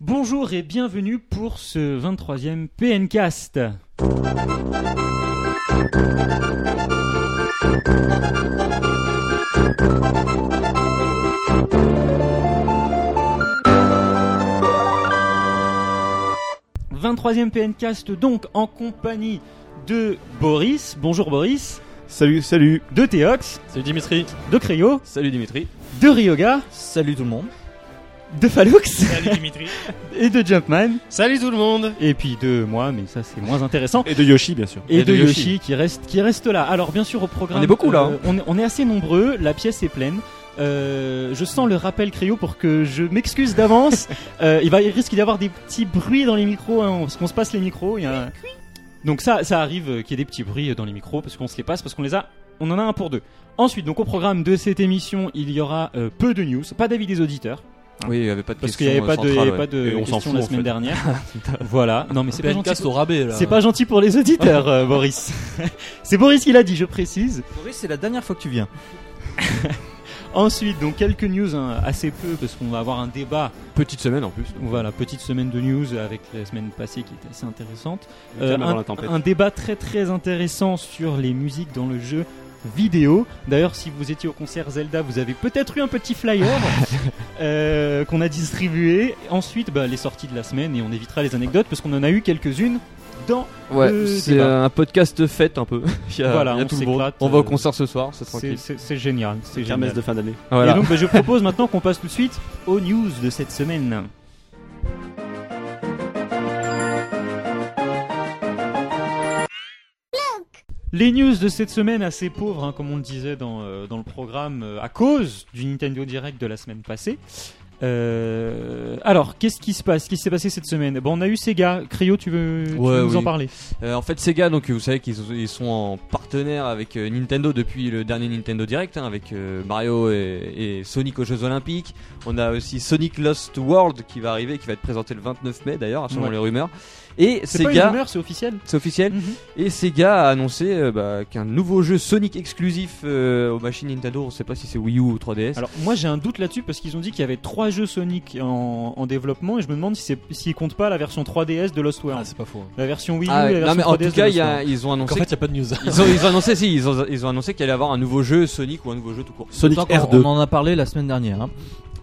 Bonjour et bienvenue pour ce 23e PNcast. « 23e PNcast donc en compagnie de Boris, bonjour Boris, Salut, salut. de Théox, Salut Dimitri. de Créo, Salut Dimitri. de Ryoga, Salut tout le monde. de Falux Salut Dimitri. et de Jumpman. Salut tout le monde. Et puis de moi, mais ça c'est moins intéressant. Et de Yoshi, bien sûr. Et, Et de, de Yoshi, Yoshi. qui reste qui reste là. Alors bien sûr au programme. On est beaucoup, là, euh, hein. on, est, on est assez nombreux. La pièce est pleine. Euh, je sens le rappel Créo pour que je m'excuse d'avance. Euh, il va il risque d'y avoir des petits bruits dans les micros hein, parce qu'on se passe les micros. il y a- Donc ça ça arrive euh, qu'il y ait des petits bruits dans les micros parce qu'on se les passe parce qu'on les a. On en a un pour deux. Ensuite donc au programme de cette émission il y aura euh, peu de news, pas d'avis des auditeurs Oui, il n'y avait pas de parce qu'il n'y avait pas euh, de, il y avait pas de Et on s'en questions fout, la en semaine fait. dernière. voilà non mais c'est pas gentil. au rabais là. C'est pas gentil pour les auditeurs, euh, Boris. C'est Boris qui l'a dit, je précise. Boris, c'est la dernière fois que tu viens. Ensuite, donc quelques news hein, assez peu parce qu'on va avoir un débat. Petite semaine en plus. Voilà, petite semaine de news avec la semaine passée qui était assez intéressante. Euh, Calme avant un, la tempête. un débat très très intéressant sur les musiques dans le jeu vidéo. D'ailleurs, si vous étiez au concert Zelda, vous avez peut-être eu un petit flyer euh, qu'on a distribué. Ensuite, bah, les sorties de la semaine et on évitera les anecdotes parce qu'on en a eu quelques-unes dans Ouais, Euh, c'est débat. un podcast fête un peu. il y a, Voilà, Euh, il y a on tout le monde. s'éclate, On va euh, au concert ce soir, c'est c'est, tranquille. c'est- c'est génial, c'est génial. Kermesse de fin d'année. Voilà. Et donc bah, je propose maintenant qu'on passe tout de suite aux news de cette semaine. Les news de cette semaine assez pauvres, hein, comme on le disait dans, euh, dans le programme, euh, à cause du Nintendo Direct de la semaine passée. Euh, alors, qu'est-ce qui se passe Qu'est-ce qui s'est passé cette semaine Bon, on a eu Sega. Cryo, tu veux, tu Ouais, veux nous en oui. parler Euh, en fait, Sega, donc vous savez qu'ils ils sont en partenaire avec euh, Nintendo depuis le dernier Nintendo Direct, hein, avec euh, Mario et, et Sonic aux Jeux Olympiques. On a aussi Sonic Lost World qui va arriver, qui va être présenté le 29 mai d'ailleurs, selon Ouais. les rumeurs. Et C'est pas une Sega, rumeur, c'est officiel. Mhm. c'est officiel. Et Sega a annoncé euh, bah, qu'un nouveau jeu Sonic exclusif euh, aux machines Nintendo, on sait pas si c'est Wii U ou 3DS. Alors moi j'ai un doute là-dessus parce qu'ils ont dit qu'il y avait trois jeux Sonic en, en développement et je me demande si c'est- s'ils comptent pas la version 3DS de Lost World. Ah, c'est pas faux. hein. la version Wii U, Ah, et la version non mais en 3DS tout cas, de il y Lost a- World. ils ont Donc en annoncé fait, il n'y a pas de news. Ils ont, ils ont annoncé, si, ils ont, ils ont annoncé qu'il allait y avoir un nouveau jeu Sonic ou un nouveau jeu tout court. Sonic Autant qu'on- R2. On en a parlé la semaine dernière. Hein.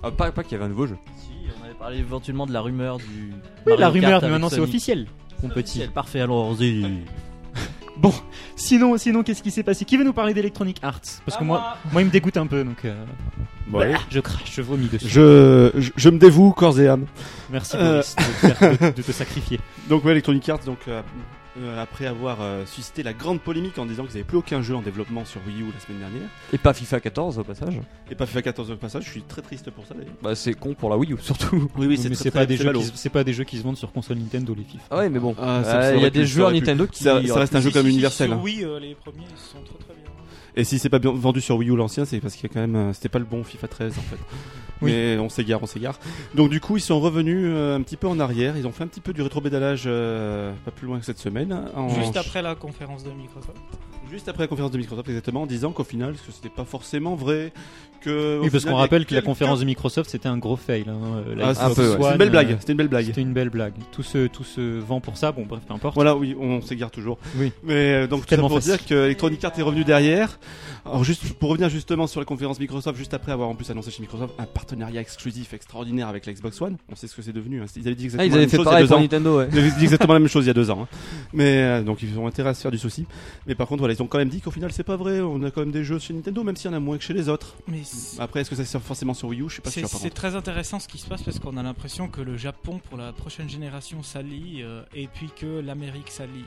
Ah, pas pas qu'il y avait un nouveau jeu. Si, on avait parlé éventuellement de la rumeur du. Oui, la rumeur, mais maintenant c'est officiel. Mon petit. Parfait, alors vas-y. Bon, sinon, sinon qu'est-ce qui s'est passé Qui veut nous parler d'Electronic Arts Parce que moi, moi il me dégoûte un peu donc euh, Bah Ouais. je crache, je vomis dessus. Je, Euh, je, je me dévoue corps et âme. Merci Euh. Boris de, te faire- de- de te sacrifier. Donc ouais, Electronic Arts, donc euh, euh, après avoir euh, suscité la grande polémique en disant qu'ils n'avaient plus aucun jeu en développement sur Wii U la semaine dernière, Et pas FIFA 14 au passage. et pas FIFA 14 au passage, je suis très triste pour ça d'ailleurs. Bah c'est con pour la Wii U surtout. Oui, oui, Mais c'est pas des jeux qui se- c'est pas des jeux qui se vendent sur console Nintendo les FIFA. Ah ouais mais bon. Ah, Euh, ça- ça Il y aurait a pu, des ça joueurs aurait pu. Nintendo qui. Ça, ça reste un jeu comme universel. hein. Oui, euh, les premiers ils sont trop très bien. Et si c'est pas bien vendu sur Wii U l'ancien, c'est parce qu'il y a quand même, euh, c'était pas le bon FIFA 13 en fait. Oui. Mais on s'égare, on s'égare. Donc du coup, ils sont revenus euh, un petit peu en arrière. Ils ont fait un petit peu du rétro-pédalage euh, pas plus loin que cette semaine. hein, en- Juste après la conférence de Microsoft. juste après la conférence de Microsoft exactement, en disant qu'au final, que c'était pas forcément vrai. Que au Oui, parce final, qu'on il y a rappelle que la quelqu'un- conférence de Microsoft c'était un gros fail. hein, euh, la Ah, Xbox peu, ouais. C'est One, une belle blague. euh, C'était une belle blague. C'était une belle blague. Tout ce, tout ce vent pour ça, bon bref, peu importe. Voilà, oui, on s'égare toujours. Oui. Mais euh, donc tout ça Tellement pour facile. dire que Electronic Arts est revenu derrière. Alors juste pour revenir justement sur la conférence Microsoft, juste après avoir en plus annoncé chez Microsoft un partenariat exclusif extraordinaire avec la Xbox One. On sait ce que c'est devenu. hein. Ils avaient dit exactement Ah, ils la avaient même fait chose il y a pareil deux pour ans. Nintendo ouais. Ils avaient dit exactement la même chose il y a deux ans. hein. Mais euh, donc ils ont intérêt à se faire du souci. Mais par contre voilà, ils ont quand même dit qu'au final c'est pas vrai. On a quand même des jeux chez Nintendo, même s'il y en a moins que chez les autres. Mais c'est Après, est-ce que ça sert forcément sur Wii U Je suis pas c'est- sûr. Ah, Par c'est contre. très intéressant ce qui se passe parce qu'on a l'impression que le Japon pour la prochaine génération s'allie euh, et puis que l'Amérique s'allie.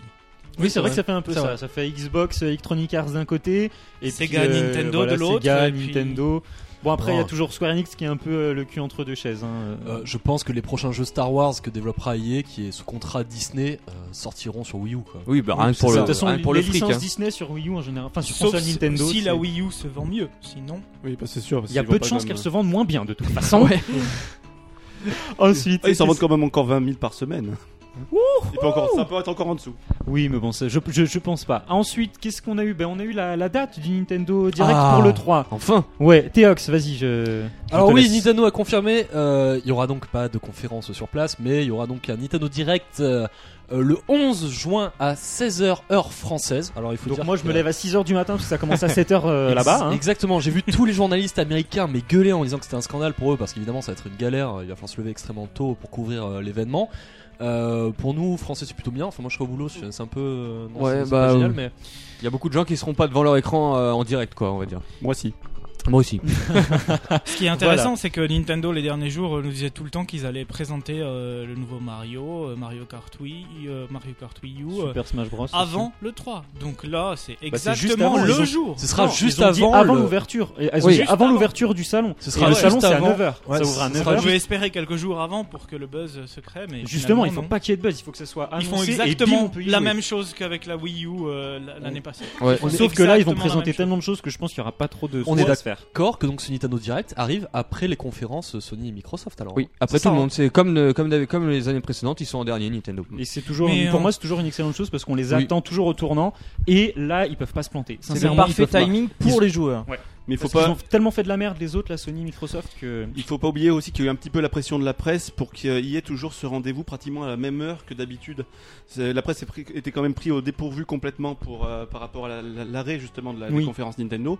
Oui, c'est vrai que ça fait un peu C'est ça. vrai. Ça fait Xbox, euh, Electronic Arts d'un côté, et Sega, puis, euh, Nintendo voilà, de l'autre, Sega, et puis- Nintendo. Bon, après, il y a Oh. toujours Square Enix qui est un peu euh, le cul entre deux chaises. hein. Euh, je pense que les prochains jeux Star Wars que développera EA, qui est sous contrat Disney, euh, sortiront sur Wii U. Quoi. Oui bah rien que pour de le toute façon, rien que pour le les fric. licences hein. Disney sur Wii U en général, enfin sur Sauf console si- Nintendo, si c'est- la Wii U se vend mieux, sinon. Oui, bah, c'est sûr. il y a peu de chances qu'elles se vendent moins bien de toute façon. Ensuite, euh. Ah, Ils s'en vendent quand même encore 20 000 par semaine. Il peut encore, ça peut être encore en dessous. Oui, mais bon, ça, je, je, je pense pas. Ah, ensuite, qu'est-ce qu'on a eu ben, On a eu la, la date du Nintendo Direct Ah. pour le 3. Enfin Ouais, Théox, vas-y, je. je Alors te oui, laisse. Nintendo a confirmé, euh, il y aura donc pas de conférence sur place, mais il y aura donc un Nintendo Direct euh, euh, le 11 juin à 16h heure française. Alors il faut Donc dire moi, je que- me lève à 6h du matin parce que ça commence à 7h euh, Ex- là-bas. hein. Exactement, j'ai vu tous les journalistes américains mais gueuler en disant que c'était un scandale pour eux parce qu'évidemment ça va être une galère, il va falloir se lever extrêmement tôt pour couvrir euh, l'événement. Euh, pour nous français c'est plutôt bien, enfin moi je serai au boulot, c'est c'est un peu euh, non, Ouais, c'est- c'est bah, pas génial euh, mais Il y a beaucoup de gens qui seront pas devant leur écran euh, en direct, quoi, on va dire. Moi aussi. Moi aussi. Ce qui est intéressant, c'est que Nintendo les derniers jours euh, nous disait tout le temps qu'ils allaient présenter euh, le nouveau Mario, euh, Mario Kart Wii, euh, Mario Kart Wii U euh, Super Smash Bros. aussi. avant le 3 Donc là, c'est Bah, c'est juste exactement avant, ils ont- le jour. ce sera Non, juste ils ont dit avant, avant le- l'ouverture. Et elles ont Oui. dit Juste avant avant. l'ouverture du salon. Ce Et sera le juste salon, c'est à avant. 9h. Ouais, ça ouvre à ce sera Je 9h. vais espérer quelques jours avant pour que le buzz euh, se crée, mais Justement, finalement, il faut non. pas qu'il y ait de buzz, il faut que ça soit annoncé. Ils font et bim, on exactement peut y la jouer. même chose qu'avec la Wii U euh, l- l'année passée. Ouais. On est Sauf que là, ils vont exactement la présenter même chose. tellement de choses que je pense qu'il y aura pas trop de. On est à se faire. D'accord, que donc ce Nintendo Direct arrive après les conférences Sony et Microsoft alors. Oui, après Bah, C'est tout ça, le hein. monde, c'est comme, le- comme, d'hab- comme les années précédentes, ils sont en dernier Nintendo. Et c'est toujours, Mais, pour euh, moi, c'est toujours une excellente chose parce qu'on les Oui. attend toujours au tournant. Et là, ils peuvent pas se planter. C'est le Sincèrement, ils parfait peuvent pas. timing pour les joueurs. Mais il faut Parce qu'ils pas. ont tellement fait de la merde les autres, la Sony, Microsoft, que. Il faut pas oublier aussi qu'il y a eu un petit peu la pression de la presse pour qu'il y ait toujours ce rendez-vous pratiquement à la même heure que d'habitude. C'est- La presse est pris- était quand même pris au dépourvu complètement pour, euh, par rapport à la- la- l'arrêt justement de la, la Oui. conférence Nintendo.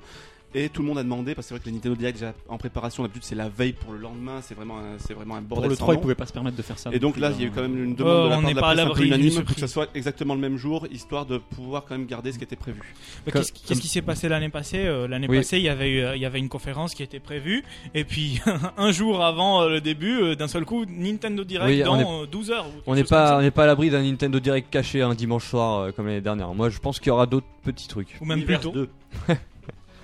Et tout le monde a demandé, parce que c'est vrai que les Nintendo Direct déjà en préparation, d'habitude c'est la veille pour le lendemain, c'est vraiment, un- c'est vraiment un Pour bordel. le sans 3, ils nom. pouvaient pas se permettre de faire ça. Et donc non là, plus, il y a eu hein. quand même une demande de Oh, la on part n'est de la pas à presse un peu l'abri d'une unanime pour surprise. que ça soit exactement le même jour, histoire de pouvoir quand même garder ce qui était prévu. Bah, Comme- Qu'est-ce qui- qu'est-ce qui s'est passé l'année passée Euh, L'année Oui. passée, il y avait eu, euh, il y avait une conférence qui était prévue, et puis un jour avant euh, le début, euh, d'un seul coup, Nintendo Direct Oui, on dans euh, 12 heures. ou quelque On n'est chose comme pas, on ça. n'est pas à l'abri d'un Nintendo Direct caché un dimanche soir euh, comme l'année dernière. Moi, je pense qu'il y aura d'autres petits trucs. ou même plus Univers tôt. 2.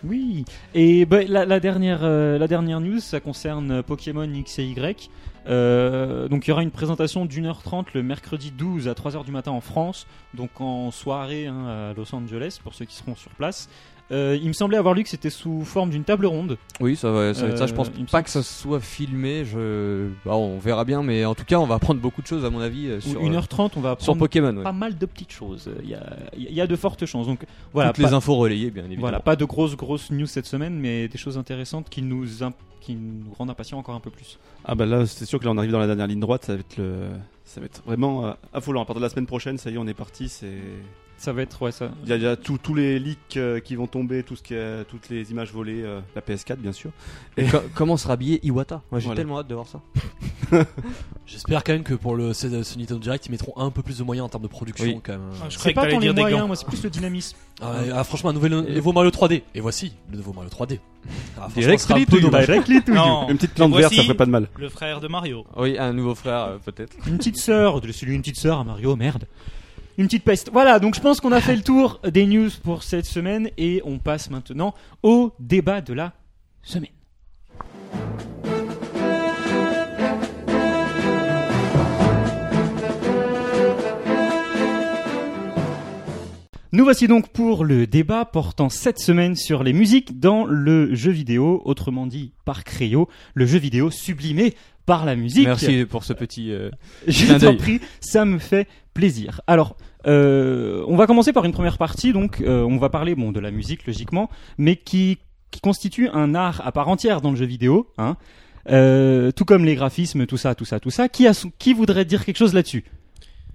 Oui. Et bah, la, la dernière, euh, la dernière news, ça concerne euh, Pokémon X et Y. Euh, donc il y aura une présentation d'une heure trente le mercredi 12 à 3h du matin en France, donc en soirée hein, à Los Angeles pour ceux qui seront sur place. Euh, il me semblait avoir lu que c'était sous forme d'une table ronde. Oui, ça va, ça va être ça. Je Euh, pense il me pas semble- que ça soit filmé. Je, bah, on verra bien, mais en tout cas, on va apprendre beaucoup de choses à mon avis euh, Où sur, une euh, heure trente, on va sur apprendre Pokémon. ouais. pas mal de petites choses. Il y a, il y a de fortes chances. Donc voilà, Toutes les pas- infos relayées, bien évidemment. Voilà, pas de grosses grosses news cette semaine, mais des choses intéressantes qui nous imp- qui nous rendent impatients encore un peu plus. Ah bah là, c'est sûr que là on arrive dans la dernière ligne droite, ça va être le, ça va être vraiment euh, affolant. À partir de la semaine prochaine, ça y est, on est parti. C'est, Ça va être ouais ça. il y a, il y a tout- tous les leaks euh, qui vont tomber, tout ce qui est- toutes les images volées, euh, la PS4 bien sûr. Et co- comment sera habillé Iwata Moi, j'ai Voilà. tellement hâte de voir ça. J'espère quand même que pour le ce ce Nintendo Direct, ils mettront un peu plus de moyens en termes de production Oui. quand même. Ah, je C'est croyais que pas t'allais tant les dire des moyens, gants. moi c'est plus le dynamisme. Ah, et- ah, franchement, un nouvel, nouveau Mario 3D. Et voici le nouveau Mario 3D. Ah, franchement, Direct ce sera un Street peu ou- dommage. Non, Une petite plante Oh. Et verte, voici- ça ferait pas de mal. le frère de Mario. Oui, un nouveau frère, euh, peut-être. Une petite sœur, de lui une petite sœur à Mario, merde. Une petite peste. Voilà, donc je pense qu'on a fait le tour des news pour cette semaine et on passe maintenant au débat de la semaine. Nous voici donc pour le débat portant cette semaine sur les musiques dans le jeu vidéo, autrement dit par Créo, le jeu vidéo sublimé par la musique. Merci pour ce petit. euh, Je Clin t'en d'œil. prie, ça me fait plaisir. Alors, euh, on va commencer par une première partie, donc euh, on va parler bon de la musique logiquement, mais qui, qui constitue un art à part entière dans le jeu vidéo, hein. Euh, tout comme les graphismes, tout ça, tout ça, tout ça. Qui a, son- qui voudrait dire quelque chose là-dessus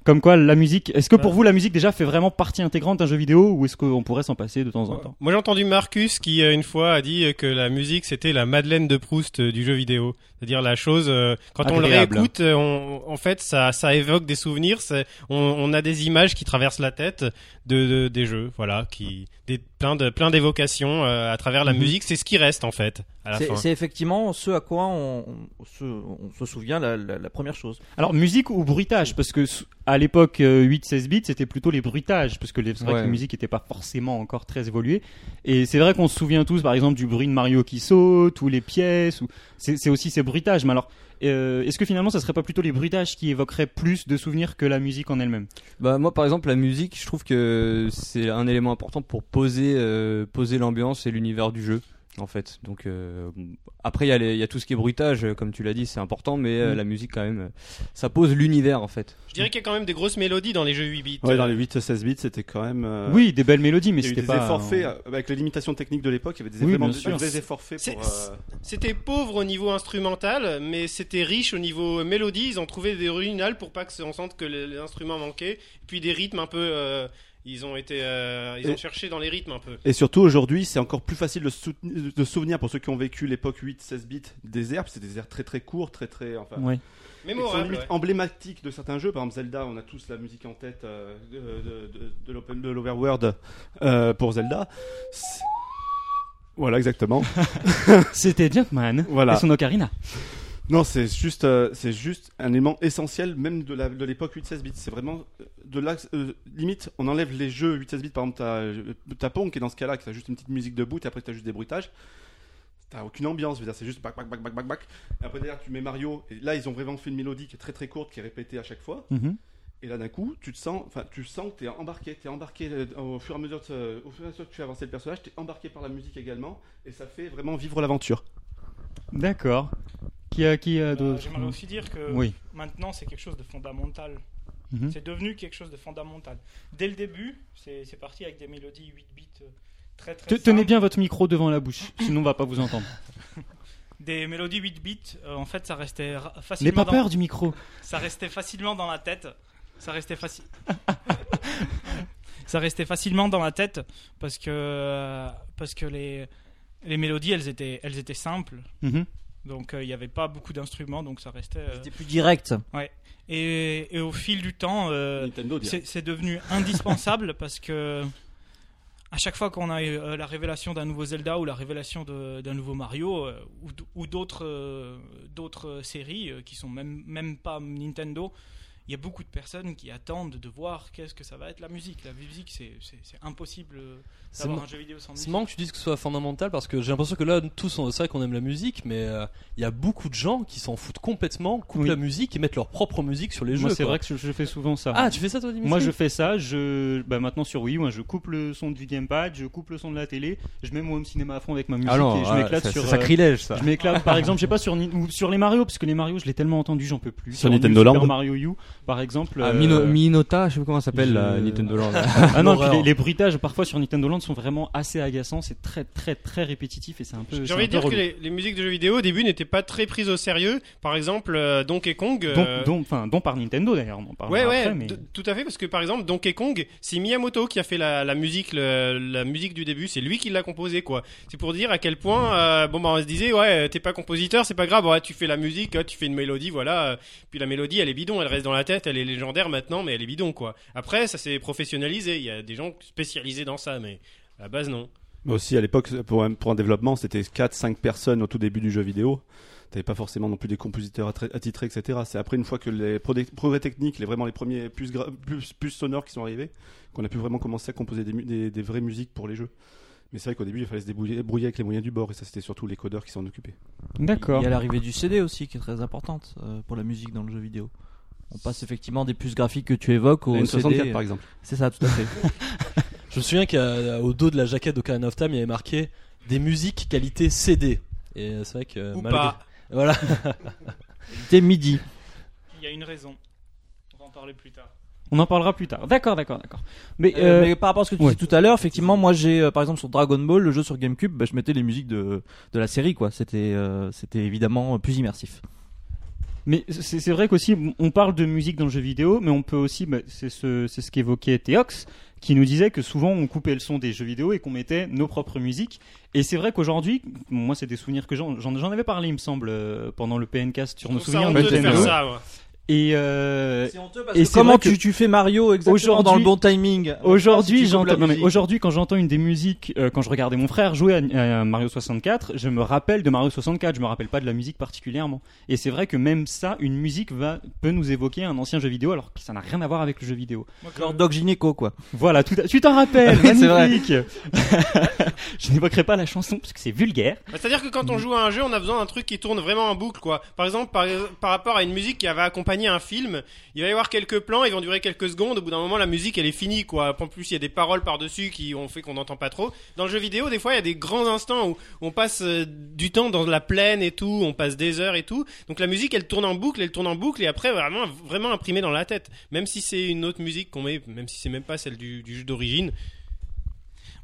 Comme quoi, la musique. Est-ce que pour Ouais. vous, la musique déjà fait vraiment partie intégrante d'un jeu vidéo, ou est-ce qu'on pourrait s'en passer de Euh, temps en temps Moi j'ai entendu Marcus qui euh, une fois a dit euh, que la musique c'était la Madeleine de Proust euh, du jeu vidéo, c'est-à-dire la chose euh, quand on le Agréable. réécoute, euh, on- en fait ça ça évoque des souvenirs, c'est- on, on a des images qui traversent la tête de, de- des jeux, voilà, qui des plein de plein d'évocations euh, à travers la Mhm. musique, c'est ce qui reste en fait à la C'est fin. c'est effectivement ce à quoi on, on se, on se souvient la, la- la première chose. Alors musique ou bruitage parce que s- à l'époque euh, 8-16 bits c'était plutôt les bruitages parce que les, c'est vrai que Ouais. les musiques n'étaient pas forcément encore très évoluées et c'est vrai qu'on se souvient tous par exemple du bruit de Mario qui saute ou les pièces ou c'est c'est aussi ces bruitages mais alors euh, est-ce que finalement ça serait pas plutôt les bruitages qui évoqueraient plus de souvenirs que la musique en elle-même Bah moi par exemple la musique, je trouve que c'est un élément important pour poser euh, poser l'ambiance et l'univers du jeu. en fait. Donc euh, après, il y, a les- il y a tout ce qui est bruitage, euh, comme tu l'as dit, c'est important, mais Mm. euh, la musique quand même, euh, ça pose l'univers en fait. Je dirais qu'il y a quand même des grosses mélodies dans les jeux 8 bits. Ouais, dans les 8-16 bits, c'était quand même. euh, Oui, des belles mélodies, mais Il y a eu c'était des pas. efforts euh, faits euh, avec les limitations techniques de l'époque. Il y avait des, Oui, vraiment bien des- sûr. des vrais efforts faits C'est- pour. c'est- euh, C'était pauvre au niveau instrumental, mais c'était riche au niveau mélodie. Ils ont trouvé des originales pour pas que on sente que les, les instruments manquaient. Puis des rythmes un peu. euh, ils ont été. euh, ils ont Et- cherché dans les rythmes un peu. Et surtout aujourd'hui, c'est encore plus facile de, souten- de souvenir pour ceux qui ont vécu l'époque 8-16 bits des airs. parce que C'est des airs très très courts, très très. Enfin, ouais. qui sont Mémorable. limite emblématiques de certains jeux. Par exemple, Zelda, on a tous la musique en tête euh, de, de- de l'open- de l'Overworld euh, pour Zelda. C'est- Voilà, exactement. C'était Jumpman Voilà. et son ocarina. Non, c'est juste, euh, c'est juste un élément essentiel même de la de l'époque 8-16 bits. C'est vraiment euh, de l'axe euh, limite. On enlève les jeux 8-16 bits. Par exemple, t'as euh, t'as Pong qui est dans ce cas-là, qui a juste une petite musique de bout et après t'as juste des bruitages. T'as aucune ambiance, je veux dire, c'est juste bac bac bac bac bac bac. Et après derrière tu mets Mario et là ils ont vraiment fait une mélodie qui est très très courte, qui est répétée à chaque fois. Mhm. Et là d'un coup, tu te sens, enfin, tu sens que t'es embarqué, t'es embarqué euh, au fur et à mesure, de- au fur et à mesure que tu avances le personnage, t'es embarqué par la musique également, et ça fait vraiment vivre l'aventure. D'accord. Qui a qui a Euh, d'autres J'aimerais aussi dire que Oui. maintenant, c'est quelque chose de fondamental. Mhm. C'est devenu quelque chose de fondamental. Dès le début, c'est c'est parti avec des mélodies 8 bits euh, très très Te- Tenez simples. bien votre micro devant la bouche, sinon on va pas vous entendre. Des mélodies 8 bits, euh, en fait, ça restait ra- N'aie facilement pas dans- peur du micro. Ça restait facilement dans la tête. Ça restait facile. ça restait facilement dans la tête parce que parce que les les mélodies, elles étaient elles étaient simples. Mhm. Donc euh, il n'y avait pas beaucoup d'instruments, donc ça restait. euh, C'était plus direct. et, et au fil du temps, euh, Nintendo, c'est c'est devenu indispensable parce que à chaque fois qu'on a eu, euh, la révélation d'un nouveau Zelda ou la révélation de- d'un nouveau Mario euh, ou, d- ou d'autres euh, d'autres euh, séries euh, qui sont même même pas Nintendo, il y a beaucoup de personnes qui attendent de voir qu'est-ce que ça va être la musique. La musique, c'est c'est- c'est impossible euh, C'est d'avoir mo- un jeu vidéo sans musique. C'est marrant que tu dises que ce soit fondamental parce que j'ai l'impression que là, nous tous, on- c'est vrai qu'on aime la musique, mais euh, il y a beaucoup de gens qui s'en foutent complètement, coupent Oui. la musique et mettent leur propre musique sur les Moi jeux. c'est quoi. vrai que je, je fais souvent ça. Ah, tu fais ça toi, Dimitri moi je fais ça, je bah, maintenant sur Wii, moi je coupe le son du gamepad, je coupe le son de la télé, je mets mon home cinéma à fond avec ma musique et je ah, m'éclate c'est- sur c'est euh, sacrilège ça. Je m'éclate par exemple, je sais pas sur Ni- ou sur les Mario parce que les Mario je l'ai tellement entendu, j'en peux plus. Sur Nintendo New Land. Super Mario U par exemple. Ah, euh, Mino- Minota, je sais plus comment ça s'appelle je- la Nintendo Land. Ah non, puis L'horreur. les, les bruitages parfois sur Nintendo Land sont vraiment assez agaçants, c'est très très très répétitif et c'est un peu. J'ai c'est un envie de peu dire que relou. les, les musiques de jeux vidéo au début n'étaient pas très prises au sérieux. Par exemple, euh, Donkey Kong. euh, Dont, dont- enfin, dont par Nintendo d'ailleurs, on en parlera Ouais, ouais, après, mais- d- tout à fait, parce que par exemple, Donkey Kong, c'est Miyamoto qui a fait la, la musique, le- la musique du début, c'est lui qui l'a composée, quoi. C'est pour dire à quel point, euh, bon, bah, on se disait, ouais, euh, t'es pas compositeur, c'est pas grave, ouais, tu fais la musique, ouais, tu fais une mélodie, voilà. euh, Puis la mélodie, elle est bidon, elle reste dans la tête, elle est légendaire maintenant, mais elle est bidon, quoi. Après, ça s'est professionnalisé, il y a des gens spécialisés dans ça, mais à la base, non. Mais aussi à l'époque, pour un, pour un développement, c'était 4-5 personnes au tout début du jeu vidéo. T'avais pas forcément non plus des compositeurs attr- attitrés, etc. C'est après, une fois que les prodé- progrès techniques, les, vraiment les premiers plus, gra- plus, plus sonores qui sont arrivés, qu'on a pu vraiment commencer à composer des, mu- des, des vraies musiques pour les jeux. Mais c'est vrai qu'au début, il fallait se débrouiller, débrouiller avec les moyens du bord, et ça, c'était surtout les codeurs qui s'en occupaient. D'accord. Il y a l'arrivée du CD aussi qui est très importante euh, pour la musique dans le jeu vidéo. On passe effectivement des puces graphiques que tu évoques au La N64, CD. par exemple. C'est ça, tout à fait. Je me souviens qu'au dos de la jaquette d'Ocarina of Time, il y avait marqué des musiques qualité CD. Et euh, c'est vrai que. Ou malgré- pas. Voilà. C'était midi. Il y a une raison. On va en parler plus tard. On en parlera plus tard. D'accord, d'accord, d'accord. Mais, Euh, euh, mais par rapport à ce que tu ouais. dis tout à l'heure, effectivement, moi j'ai euh, par exemple sur Dragon Ball, le jeu sur GameCube, bah, je mettais les musiques de, de la série, quoi. C'était euh, c'était évidemment euh, plus immersif. mais c'est c'est vrai qu'aussi, on parle de musique dans le jeu vidéo, mais on peut aussi, bah, c'est ce, c'est ce qu'évoquait Théox, qui nous disait que souvent on coupait le son des jeux vidéo et qu'on mettait nos propres musiques. Et c'est vrai qu'aujourd'hui, moi c'est des souvenirs que j'en j'en- j'en avais parlé, il me semble, euh, pendant le PNcast sur nos Donc, ça, souvenirs on de peut faire Nintendo. ça, moi. Et, euh, honteux que comment c'est tu, vrai tu fais Mario exactement Aujourd'hui- dans le bon timing Aujourd'hui, Ah, Si tu coupes la j'entends. non, mais musique. aujourd'hui, quand j'entends une des musiques, euh, quand je regardais mon frère jouer à, à Mario 64, je me rappelle de Mario 64. Je me rappelle pas de la musique particulièrement. Et c'est vrai que même ça, une musique va peut nous évoquer un ancien jeu vidéo, alors que ça n'a rien à voir avec le jeu vidéo. Moi, que- Genre Doc Gynéco, quoi. Voilà, tout à- tu t'en rappelles. Oui, c'est vrai. magnifique. je n'évoquerai pas la chanson parce que c'est vulgaire. Bah, C'est-à-dire que quand on joue à un jeu, on a besoin d'un truc qui tourne vraiment en boucle, quoi. Par exemple, par, par rapport à une musique qui avait accompagné accompagner un film, il va y avoir quelques plans, ils vont durer quelques secondes, au bout d'un moment la musique elle est finie quoi. En plus il y a des paroles par-dessus qui ont fait qu'on n'entend pas trop. Dans le jeu vidéo, des fois il y a des grands instants où on passe euh, du temps dans la plaine et tout, on passe des heures et tout. Donc la musique elle tourne en boucle, elle tourne en boucle et après vraiment vraiment imprimée dans la tête. Même si c'est une autre musique qu'on met, même si c'est même pas celle du, du jeu d'origine.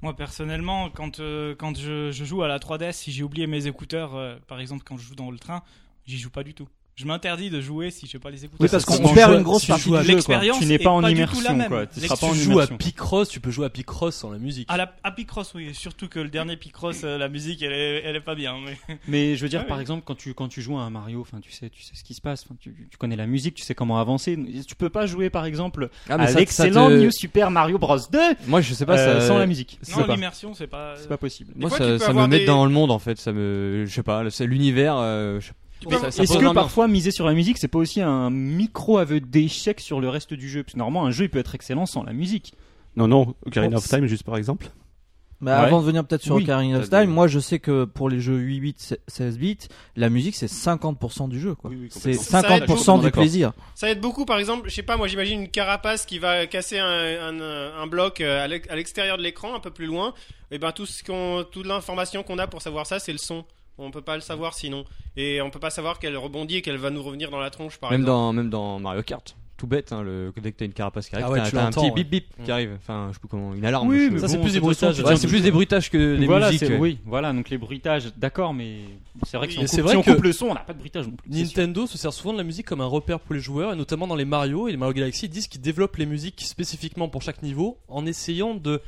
Moi personnellement, quand, euh, quand je, je joue à la 3DS, si j'ai oublié mes écouteurs, euh, par exemple quand je joue dans le train, j'y joue pas du tout. Je m'interdis de jouer si j'ai pas les écouteurs. Oui, parce Ça, qu'on c'est perd joué- une grosse si tu partie joues du à jeu, quoi. L'expérience Tu n'es est pas en du tout la immersion, même. quoi. Tu L'ex- seras pas tu en joues à immersion. Picross, tu peux jouer à Picross sans la musique. À, la, à Picross, oui. Surtout que le dernier Picross, euh, la musique, elle est, elle est pas bien. Mais... Mais je veux dire, par exemple, quand tu, quand tu joues à un Mario, enfin, tu sais, tu sais ce qui se passe, enfin, tu, tu connais la musique, tu sais comment avancer. Tu peux pas jouer, par exemple, Ah, mais à ça- ça te- l'excellent New Super Mario Bros 2 Moi, je sais pas, euh, ça. sans la musique. Je sais Non, pas. l'immersion, c'est pas. C'est pas possible. Moi, fois, tu ça, peux ça me avoir met des- dans le monde en fait. Ça me, je sais pas, c'est l'univers. euh, je- Tu Mais peux- ça- ça Est-ce pose que un parfois miser sur la musique, c'est pas aussi un micro aveu d'échec sur le reste du jeu Parce que normalement, un jeu il peut être excellent sans la musique. Non, non, Ocarina Bon, of Time, juste par exemple. Bah, Ouais. Avant de venir peut-être sur Oui. Ocarina of T'as des- Time, moi je sais que pour les jeux 8 bits, 16 bits, la musique c'est 50% du jeu. quoi. Oui, oui, complètement. c'est Ça aide beaucoup. 50% du D'accord. plaisir. Ça aide beaucoup, par exemple, je sais pas, moi j'imagine une carapace qui va casser un, un, un bloc euh, à l'ex- à l'extérieur de l'écran, un peu plus loin. Et ben tout ce qu'on, toute l'information qu'on a pour savoir ça, c'est le son. On peut pas le savoir sinon, et on peut pas savoir qu'elle rebondit et qu'elle va nous revenir dans la tronche, par Même exemple. dans, même dans Mario Kart. Tout bête, hein, le, dès que t'as une carapace qui arrive, Ah ouais, t'as- tu t'as un l'entends, petit ouais. bip bip qui arrive. Enfin, je sais plus comment, une alarme. Oui, je sais mais pas. ça, c'est bon, plus de des toute façon, bruitages. tu Ouais, viens c'est de- plus des bruitages que des voilà, musiques. c'est- ouais. oui, voilà, donc les bruitages, d'accord, mais c'est vrai que si on Et coupe, c'est vrai si on que coupe le son, on n'a pas de bruitage non plus. c'est sûr. Nintendo se sert souvent de la musique comme un repère pour les joueurs, et notamment dans les Mario et les Mario Galaxy, ils disent qu'ils développent les musiques spécifiquement pour chaque niveau, en essayant de...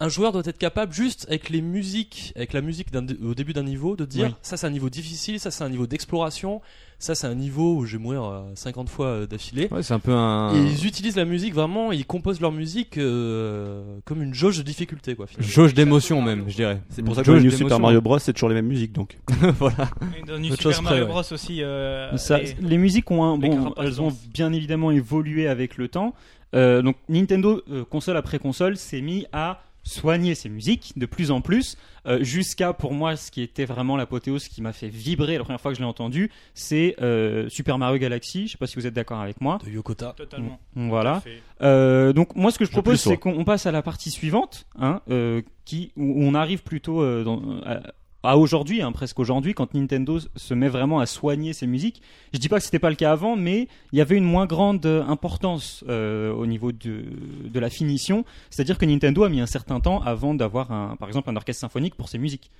Un joueur doit être capable juste avec les musiques, avec la musique d'un- au début d'un niveau, de dire Oui. ça c'est un niveau difficile, ça c'est un niveau d'exploration, ça c'est un niveau où je vais mourir euh, 50 fois euh, d'affilée. Ouais, c'est un peu Et un. ils utilisent la musique vraiment, ils composent leur musique euh, comme une jauge de difficulté quoi. finalement. Jauge d'émotion même, je dirais. C'est pour ça que Jauge le New d'émotion. Super Mario Bros, c'est toujours les mêmes musiques donc. voilà. Et dans New Autre euh, Super chose Mario près, Bros aussi. euh, Ça- et- les musiques ont un, les bon, carapaces elles ont dansent. bien évidemment évolué avec le temps. Euh, donc Nintendo, euh, console après console, s'est mis à soigner ses musiques de plus en plus, euh, jusqu'à pour moi ce qui était vraiment l'apothéose qui m'a fait vibrer la première fois que je l'ai entendu, c'est euh, Super Mario Galaxy. Je sais pas si vous êtes d'accord avec moi. De Yokota. Totalement. Voilà. Tout à fait. Euh, donc moi ce que je propose plus, ouais. c'est qu'on on passe à la partie suivante, hein, euh, qui où on arrive plutôt euh, dans- à, à aujourd'hui, hein, presque aujourd'hui, quand Nintendo s- se met vraiment à soigner ses musiques. Je dis pas que c'était pas le cas avant, mais il y avait une moins grande euh, importance euh, au niveau de, de la finition. C'est-à-dire que Nintendo a mis un certain temps avant d'avoir un, par exemple un orchestre symphonique pour ses musiques.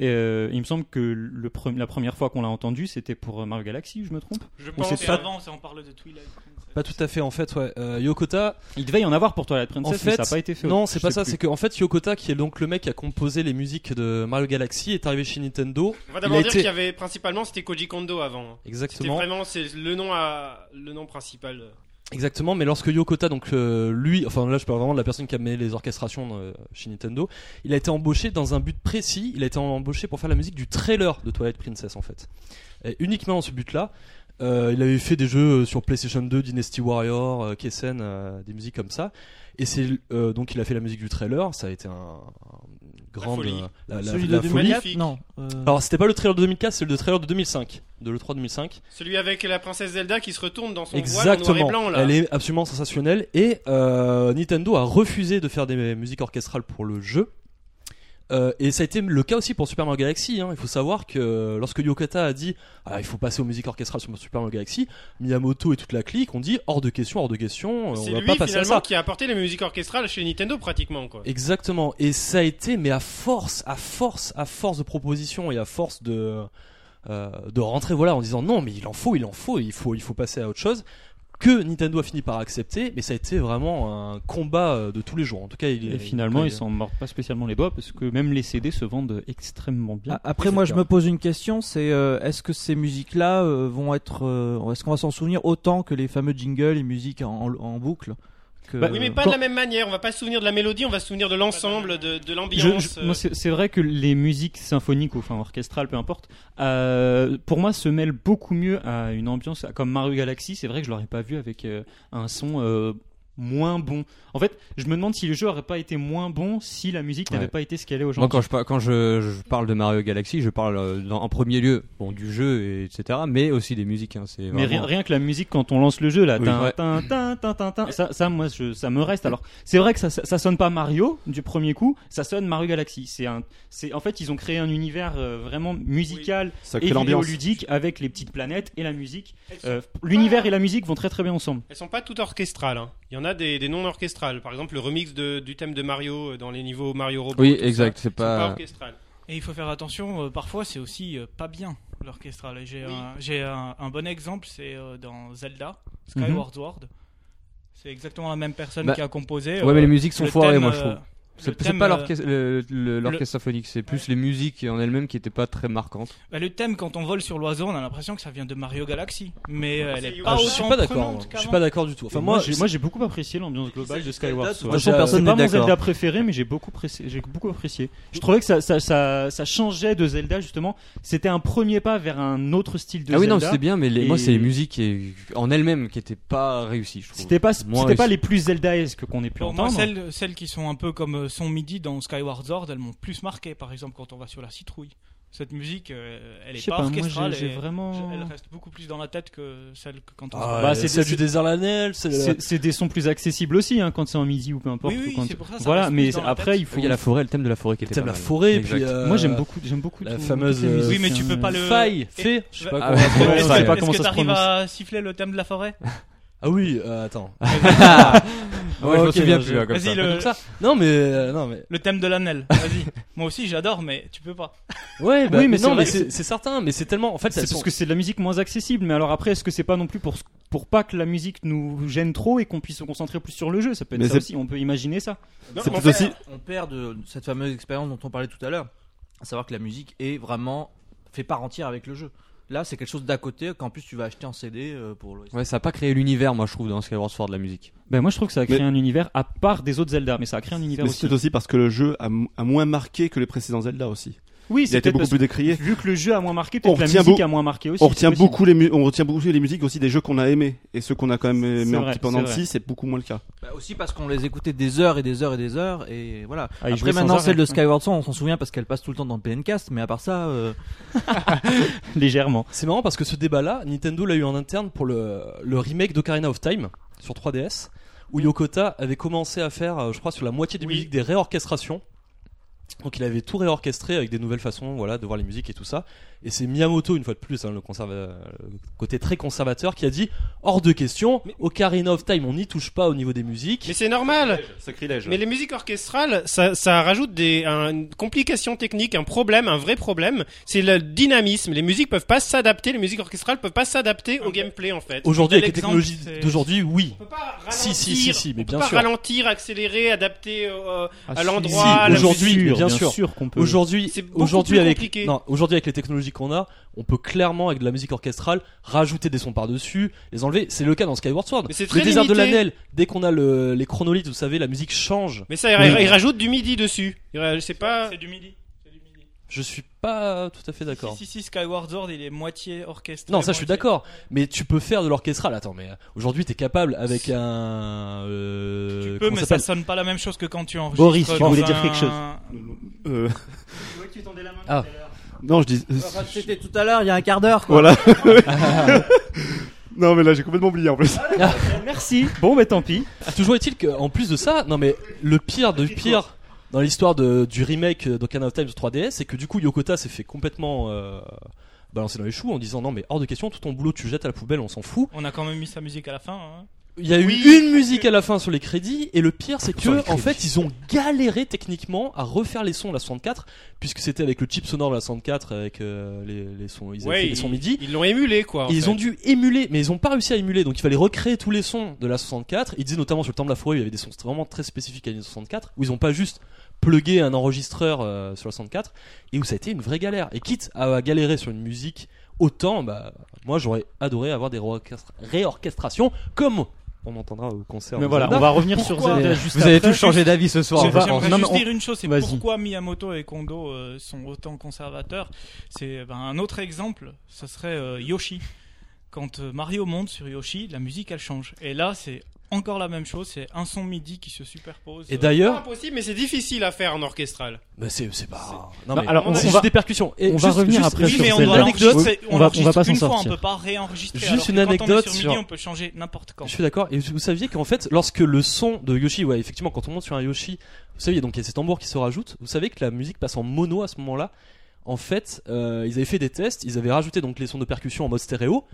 Et, euh, il me semble que le pre- la première fois qu'on l'a entendu c'était pour euh, Mario Galaxy, je me trompe. Je On pense sait et pas- avant, ça, on parle de Twilight. Princess. Pas tout à fait en fait, ouais. Euh, Yokota, Il devait y en avoir pour Twilight Princess, En mais fait, ça n'a pas été fait. Non, Je c'est pas sais ça. plus. C'est qu'en fait, Yokota, qui est donc le mec qui a composé les musiques de Mario Galaxy, est arrivé chez Nintendo. On va Il d'abord a dire été- qu'il y avait principalement c'était Koji Kondo avant. hein. C'était Exactement. vraiment c'est le nom à le nom principal. Exactement. Mais lorsque Yokota, donc euh, lui, enfin là, je parle vraiment de la personne qui a mené les orchestrations euh, chez Nintendo, il a été embauché dans un but précis. Il a été embauché pour faire la musique du trailer de Twilight Princess, en fait. Et uniquement dans ce but-là. Euh, il avait fait des jeux euh, sur PlayStation 2, Dynasty Warrior, euh, Kessen, euh, des musiques comme ça. Et c'est euh, donc il a fait la musique du trailer. Ça a été un, euh, grand folie. Celui de folie. 2004 Non. euh, Mm. Alors c'était pas le trailer de 2004, c'est le trailer de 2005, de l'E3 2005. Celui avec la princesse Zelda qui se retourne dans son voile en Exactement. noir et blanc là. Elle est absolument sensationnelle et euh, Nintendo a refusé de faire des musiques orchestrales pour le jeu. Euh, et ça a été le cas aussi pour Super Mario Galaxy. hein. Il faut savoir que lorsque Yokata a dit ah, il faut passer aux musiques orchestrales sur Super Mario Galaxy, Miyamoto et toute la clique ont dit hors de question, hors de question, euh, on C'est va lui pas passer à finalement ça. qui a apporté les musiques orchestrales chez Nintendo pratiquement quoi. Exactement. Et ça a été, mais à force, à force, à force de propositions et à force de euh, de rentrer voilà en disant non mais il en faut, il en faut, il faut, il faut passer à autre chose que Nintendo a fini par accepter. Mais ça a été vraiment un combat euh, de tous les jours. En tout cas, il, Et finalement, il- ils s'en mordent pas spécialement les doigts parce que même les CD se vendent extrêmement bien. a- Après, moi, je me pose une question, c'est euh, est-ce que ces musiques-là euh, vont être, euh, est-ce qu'on va s'en souvenir autant que les fameux jingles, les musiques en, en- en boucle que- euh, Bah, Oui, mais pas de la même manière. On va pas se souvenir de la mélodie, on va se souvenir de l'ensemble, de, de Je- l'ambiance. je- moi, c'est c'est vrai que les musiques symphoniques, ou, enfin orchestrales, peu importe, euh, pour moi se mêlent beaucoup mieux à une ambiance comme Mario Galaxy. C'est vrai que je l'aurais pas vu avec euh, un son euh, moins bon. En fait, je me demande si le jeu aurait pas été moins bon si la musique n'avait Ouais. pas été ce qu'elle est Moi, aujourd'hui. quand, je, par- quand je, je parle de Mario Galaxy, je parle euh, dans- en premier lieu bon, du jeu, et, etc., mais aussi des musiques. hein, c'est Mais vraiment- rien, rien que la musique quand on lance le jeu là, Oui, tin, ouais. tin, tin, tin, tin, tin, ça, ça moi je- ça me reste. Alors c'est vrai que ça, ça, ça sonne pas Mario du premier coup, ça sonne Mario Galaxy. C'est un, c'est en fait ils ont créé un univers euh, vraiment musical Ça et crée l'ambiance. ludique avec les petites planètes et la musique. Elles sont, Euh, L'univers et la musique vont très très bien ensemble. elles sont pas toutes orchestrales. hein. Il y en a des, des non orchestrales. Par exemple, le remix de- du thème de Mario euh, dans les niveaux Mario Robot. Oui, tout ça, exact, c'est elles sont pas pas. orchestrales. Et il faut faire attention, euh, parfois c'est aussi euh, pas bien l'orchestral. Et J'ai Oui. un, j'ai un- un bon exemple, c'est euh, dans Zelda, Skyward Sword. C'est exactement la même personne Mhm. Bah, qui a composé. ouais, mais les euh, musiques sont le foirées, thème, moi, je euh, trouve. le C'est c'est thème, pas euh, l'orchestre le- le- l'orchestre symphonique, c'est plus les musiques en elles-mêmes qui étaient pas très marquantes. bah, le thème, quand on vole sur l'oiseau, on a l'impression que ça vient de Mario Galaxy. Mais euh, elle c'est est Yoshi. pas Ah, je autant suis pas d'accord. prenante moi. Je suis qu'avant. pas d'accord du tout. Enfin, moi, j'ai- moi j'ai beaucoup apprécié l'ambiance globale de Skyward Sword. toute façon, C'est personne pas n'est mon d'accord. Zelda préféré, mais j'ai beaucoup, apprécié- j'ai beaucoup apprécié. Je trouvais que ça, ça, ça, ça changeait de Zelda justement. C'était un premier pas vers un autre style de Ah oui, Zelda. non, c'était bien, mais les- et- moi, c'est les musiques qui- en elles-mêmes qui étaient pas réussies, je trouve. C'était pas, Moins c'était pas réussi. les plus Zeldaesques qu'on ait pu Pour moi, entendre. celles, celles qui sont un peu comme euh, son midi dans Skyward Sword, elles m'ont plus marqué. Par exemple, quand on va sur la citrouille, cette musique, euh, elle Je est sais pas, pas, moi, orchestrale. j'ai- j'ai et vraiment- je- Elle reste beaucoup plus dans la tête que celle que quand on. Ah, Bah, ouais, c'est- celle c'est- du désert Lanel, c'est C'est c'est des sons plus accessibles aussi hein, quand c'est en midi ou peu importe. Oui, oui, ou quand- c'est pour ça, ça voilà, reste mais plus dans la après tête. il Il faut. y a la forêt, le thème de la forêt qui était T'aimes pas la mal. forêt, et Exact. puis. euh, Moi j'aime beaucoup, j'aime beaucoup. La tout- fameuse, toutes les musiques. Oui, mais tu peux pas le- Faille, Et- fée, je sais pas Va- comment ça Ouais, se Est-ce je sais prononce. que- pas est-ce comment que ça se t'arrives prononce. à siffler le thème de la forêt Ah oui, euh, attends. Ah ouais, je me Ok, souviens je- plus, hein, comme ça. Vas-y, le, Comme ça. Non mais euh, non mais le thème de l'anel. Vas-y. Moi aussi, j'adore, mais tu peux pas. ouais bah, oui mais c'est non vrai que mais c'est c'est certain mais c'est tellement en fait C'est elles parce sont- que c'est de la musique moins accessible, mais alors après, est-ce que c'est pas non plus pour, pour pas que la musique nous gêne trop et qu'on puisse se concentrer plus sur le jeu Ça peut être Mais ça c'est- aussi, on peut imaginer ça. Non, C'est mais en plutôt fait, si- On perd de cette fameuse expérience dont on parlait tout à l'heure, à savoir que la musique est vraiment fait part entière avec le jeu. Là, c'est quelque chose d'à côté qu'en plus tu vas acheter en CD euh, pour le. Ouais, ça a pas créé l'univers, moi, je trouve, dans Skyward Sword, la musique. Ben moi je trouve que ça a créé Mais- un univers à part des autres Zelda, mais ça a créé un univers Mais aussi. c'est aussi parce que le jeu a, m- a moins marqué que les précédents Zelda aussi. Oui, Il a c'est été peut-être beaucoup parce plus décrié. que vu que le jeu a moins marqué, On peut-être la retient musique beau- a moins marqué aussi. On c'est retient, possible. beaucoup les mu- on retient beaucoup les musiques aussi des jeux qu'on a aimés. Et ceux qu'on a quand même aimés C'est un vrai, petit peu en c'est dents de vrai. scie, c'est beaucoup moins le cas. Bah aussi parce qu'on les écoutait des heures et des heures et des heures et voilà. Ah, il jouait Après sans maintenant arrêt. celle de Skyward Sword, on s'en souvient parce qu'elle passe tout le temps dans le PNcast, mais à part ça, euh, légèrement. c'est marrant parce que ce débat là Nintendo l'a eu en interne pour le le remake d'Ocarina of Time sur 3DS où Yokota avait commencé à faire euh, je crois sur la moitié des Oui. musiques des réorchestrations donc il avait tout réorchestré avec des nouvelles façons voilà de voir les musiques et tout ça et c'est Miyamoto une fois de plus hein, le, conserva- le côté très conservateur qui a dit hors de question Ocarina of Time on n'y touche pas au niveau des musiques Mais c'est normal. Sacrilège. Mais les musiques orchestrales, ça, ça rajoute des, un- une complication technique, un problème, un vrai problème. C'est le dynamisme. Les musiques peuvent pas s'adapter, les musiques orchestrales peuvent pas s'adapter au gameplay en fait. aujourd'hui avec les L'exemple, technologies c'est- d'aujourd'hui oui On peut pas ralentir, Si, si, si, si, mais on peut bien pas sûr. ralentir, accélérer, adapter. euh, à l'endroit, Si, à la aujourd'hui, musique. bien, Bien sûr, sûr. qu'on peut. Aujourd'hui, C'est beaucoup aujourd'hui plus avec, compliqué. non, aujourd'hui avec les technologies qu'on a, on peut clairement avec de la musique orchestrale rajouter des sons par dessus, les enlever. C'est le cas dans Skyward Sword. Mais c'est le très désert de limité. l'anel, dès qu'on a le, les chronolithes, vous savez, la musique change. Mais ça, il, il rajoute du midi dessus. Il ra- Je sais pas. C'est du midi. C'est du midi. Je suis pas tout à fait d'accord. Si, si, si, Skyward Sword, il est moitié orchestré. Non, ça je suis moitié- d'accord, mais tu peux faire de l'orchestral. Attends, mais euh, aujourd'hui t'es capable avec un. Euh, Tu peux, comment mais s'appelle ça sonne pas la même chose que quand tu enregistres. Boris, tu dans voulais un- dire quelque chose. Euh, Ah. non, je dis. Oh, c'était tout à l'heure, il y a un quart d'heure quoi. Voilà. non, mais là, j'ai complètement oublié en plus. Merci. Bon, mais tant pis. Ah, Toujours est-il qu'en plus de ça, non mais le pire de pire dans l'histoire de- du remake d'Ocarina of Time sur 3DS, c'est que du coup Yokota s'est fait complètement euh, balancer dans les choux en disant non mais hors de question, tout ton boulot tu le jettes à la poubelle, on s'en fout. On a quand même mis sa musique à la fin. hein. Il y a eu Oui. une musique à la fin sur les crédits et le pire c'est Ah, Sur les que en crédits. fait ils ont galéré techniquement à refaire les sons de la 64 puisque c'était avec le chip sonore de la 64 avec euh, les, les sons ils avaient Ouais, fait les sons midi. Ils l'ont émulé quoi. en Et ils fait. ont dû émuler, mais ils ont pas réussi à émuler, donc il fallait recréer tous les sons de la 64. Ils disaient notamment sur le temps de la forêt, il y avait des sons vraiment très spécifiques à la 64, où ils ont pas juste plugué un enregistreur euh, sur la 64, et où ça a été une vraie galère. Et quitte à, à galérer sur une musique autant, bah, moi j'aurais adoré avoir des réorchestra- réorchestrations, comme on entendra au concert. Mais de voilà, Zelda. on va revenir sur Pourquoi Zelda Mais- juste Vous avez après. tous changé d'avis ce soir, On je va- pense. J'aimerais non, mais juste dire une chose, c'est Vas-y. pourquoi Miyamoto et Kondo euh, sont autant conservateurs. C'est ben, un autre exemple, ce serait euh, Yoshi. quand euh, Mario monte sur Yoshi, la musique elle change. Et là, c'est encore la même chose, c'est un son midi qui se superpose. Et euh, Pas d'ailleurs, impossible, mais c'est difficile à faire en orchestral. bah, c'est c'est pas. Non, Bah, mais alors, on c'est va- juste des percussions. Et on va juste- revenir juste- après oui, Oui, sur mais on, Zelda. l'anecdote, c'est- Oui, on va- on, on l'enregistre va pas s'en une fois, sortir. on peut pas réenregistrer. Juste alors que une quand on est anecdote sur, sur- Midi, on peut changer n'importe quand. Je suis d'accord. Et vous saviez qu'en fait, lorsque le son de Yoshi, ouais, effectivement, quand on monte sur un Yoshi, vous savez, donc il y a ces tambours qui se rajoutent. Vous savez que la musique passe en mono à ce moment-là. En fait, euh, ils avaient fait des tests, ils avaient rajouté donc les sons de percussion en mode stéréo.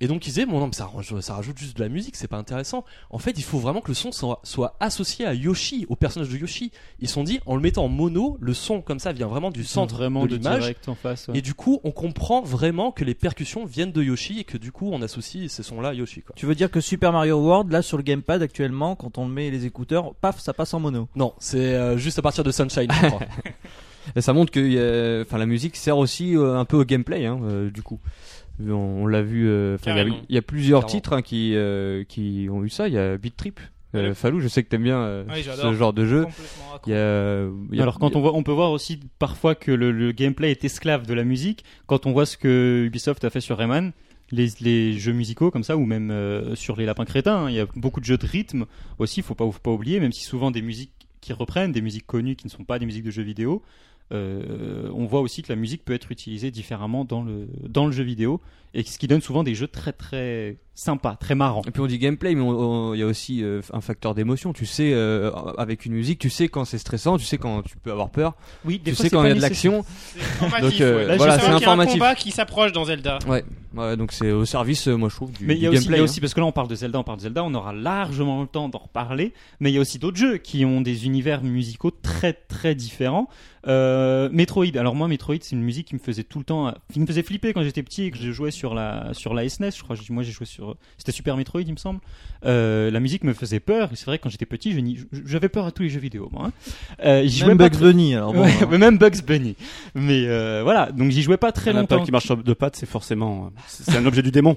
Et donc ils disaient, bon non, mais ça, range- ça rajoute juste de la musique, c'est pas intéressant. En fait, il faut vraiment que le son soit, soit associé à Yoshi, au personnage de Yoshi. Ils se sont dit, en le mettant en mono, le son comme ça vient vraiment du centre vraiment de de l'image. direct en face. ouais. Et du coup, on comprend vraiment que les percussions viennent de Yoshi et que du coup, on associe ces sons-là à Yoshi. Quoi. Tu veux dire que Super Mario World, là sur le gamepad actuellement, quand on le met les écouteurs, paf, ça passe en mono. Non, c'est euh, juste à partir de Sunshine. je crois. Et ça montre que euh, enfin, la musique sert aussi euh, un peu au gameplay, hein, euh, du coup. On, on l'a vu, euh, enfin, il y a- Carrément. il y, a plusieurs Clairement. titres hein, qui, euh, qui ont eu ça. Il y a Beat Trip. Euh, Ouais. Falou, je sais que t'aimes bien euh, Ouais, j'adore. ce genre de jeu. Complètement accro. Il y a- il y a- Alors quand on voit, on peut voir aussi parfois que le, le gameplay est esclave de la musique. Quand on voit ce que Ubisoft a fait sur Rayman, les, les jeux musicaux comme ça, ou même euh, sur les Lapins Crétins, hein, il y a beaucoup de jeux de rythme aussi. Faut pas, faut pas oublier, même si souvent des musiques qui reprennent, des musiques connues qui ne sont pas des musiques de jeux vidéo, euh, on voit aussi que la musique peut être utilisée différemment dans le dans le jeu vidéo et ce qui donne souvent des jeux très très sympas, très marrants. Et puis on dit gameplay, mais on- on- il y a aussi euh, un facteur d'émotion. Tu sais, euh, avec une musique, tu sais quand c'est stressant, tu sais quand tu peux avoir peur, Oui, des tu sais quand il y a de l'action. C'est informatif. Donc, euh, ouais. là, Tu voilà, sens c'est qu'il y a informatif. un combat qui s'approche dans Zelda. Ouais, ouais donc c'est au service, euh, moi je trouve, du, Mais il y a du aussi, il y a gameplay. hein. aussi- parce que là on parle de Zelda, on parle de Zelda, on aura largement le temps d'en reparler, mais il y a aussi d'autres jeux qui ont des univers musicaux très très différents. Euh, Metroid, alors moi Metroid c'est une musique qui me faisait tout le temps, qui me faisait flipper quand j'étais petit et que je jouais sur la sur la SNES, je crois, que moi j'ai joué sur, c'était Super Metroid il me semble. Euh, la musique me faisait peur, et c'est vrai que quand j'étais petit je n'y- j'avais peur à tous les jeux vidéo moi. hein. Euh, j'y jouais Même pas Bugs Bunny, alors bon. Ouais, hein. mais même Bugs Bunny. Mais euh, voilà, donc j'y jouais pas très Un lapin longtemps. qui marche sur deux pattes, c'est forcément. euh, C'est c'est un objet du démon.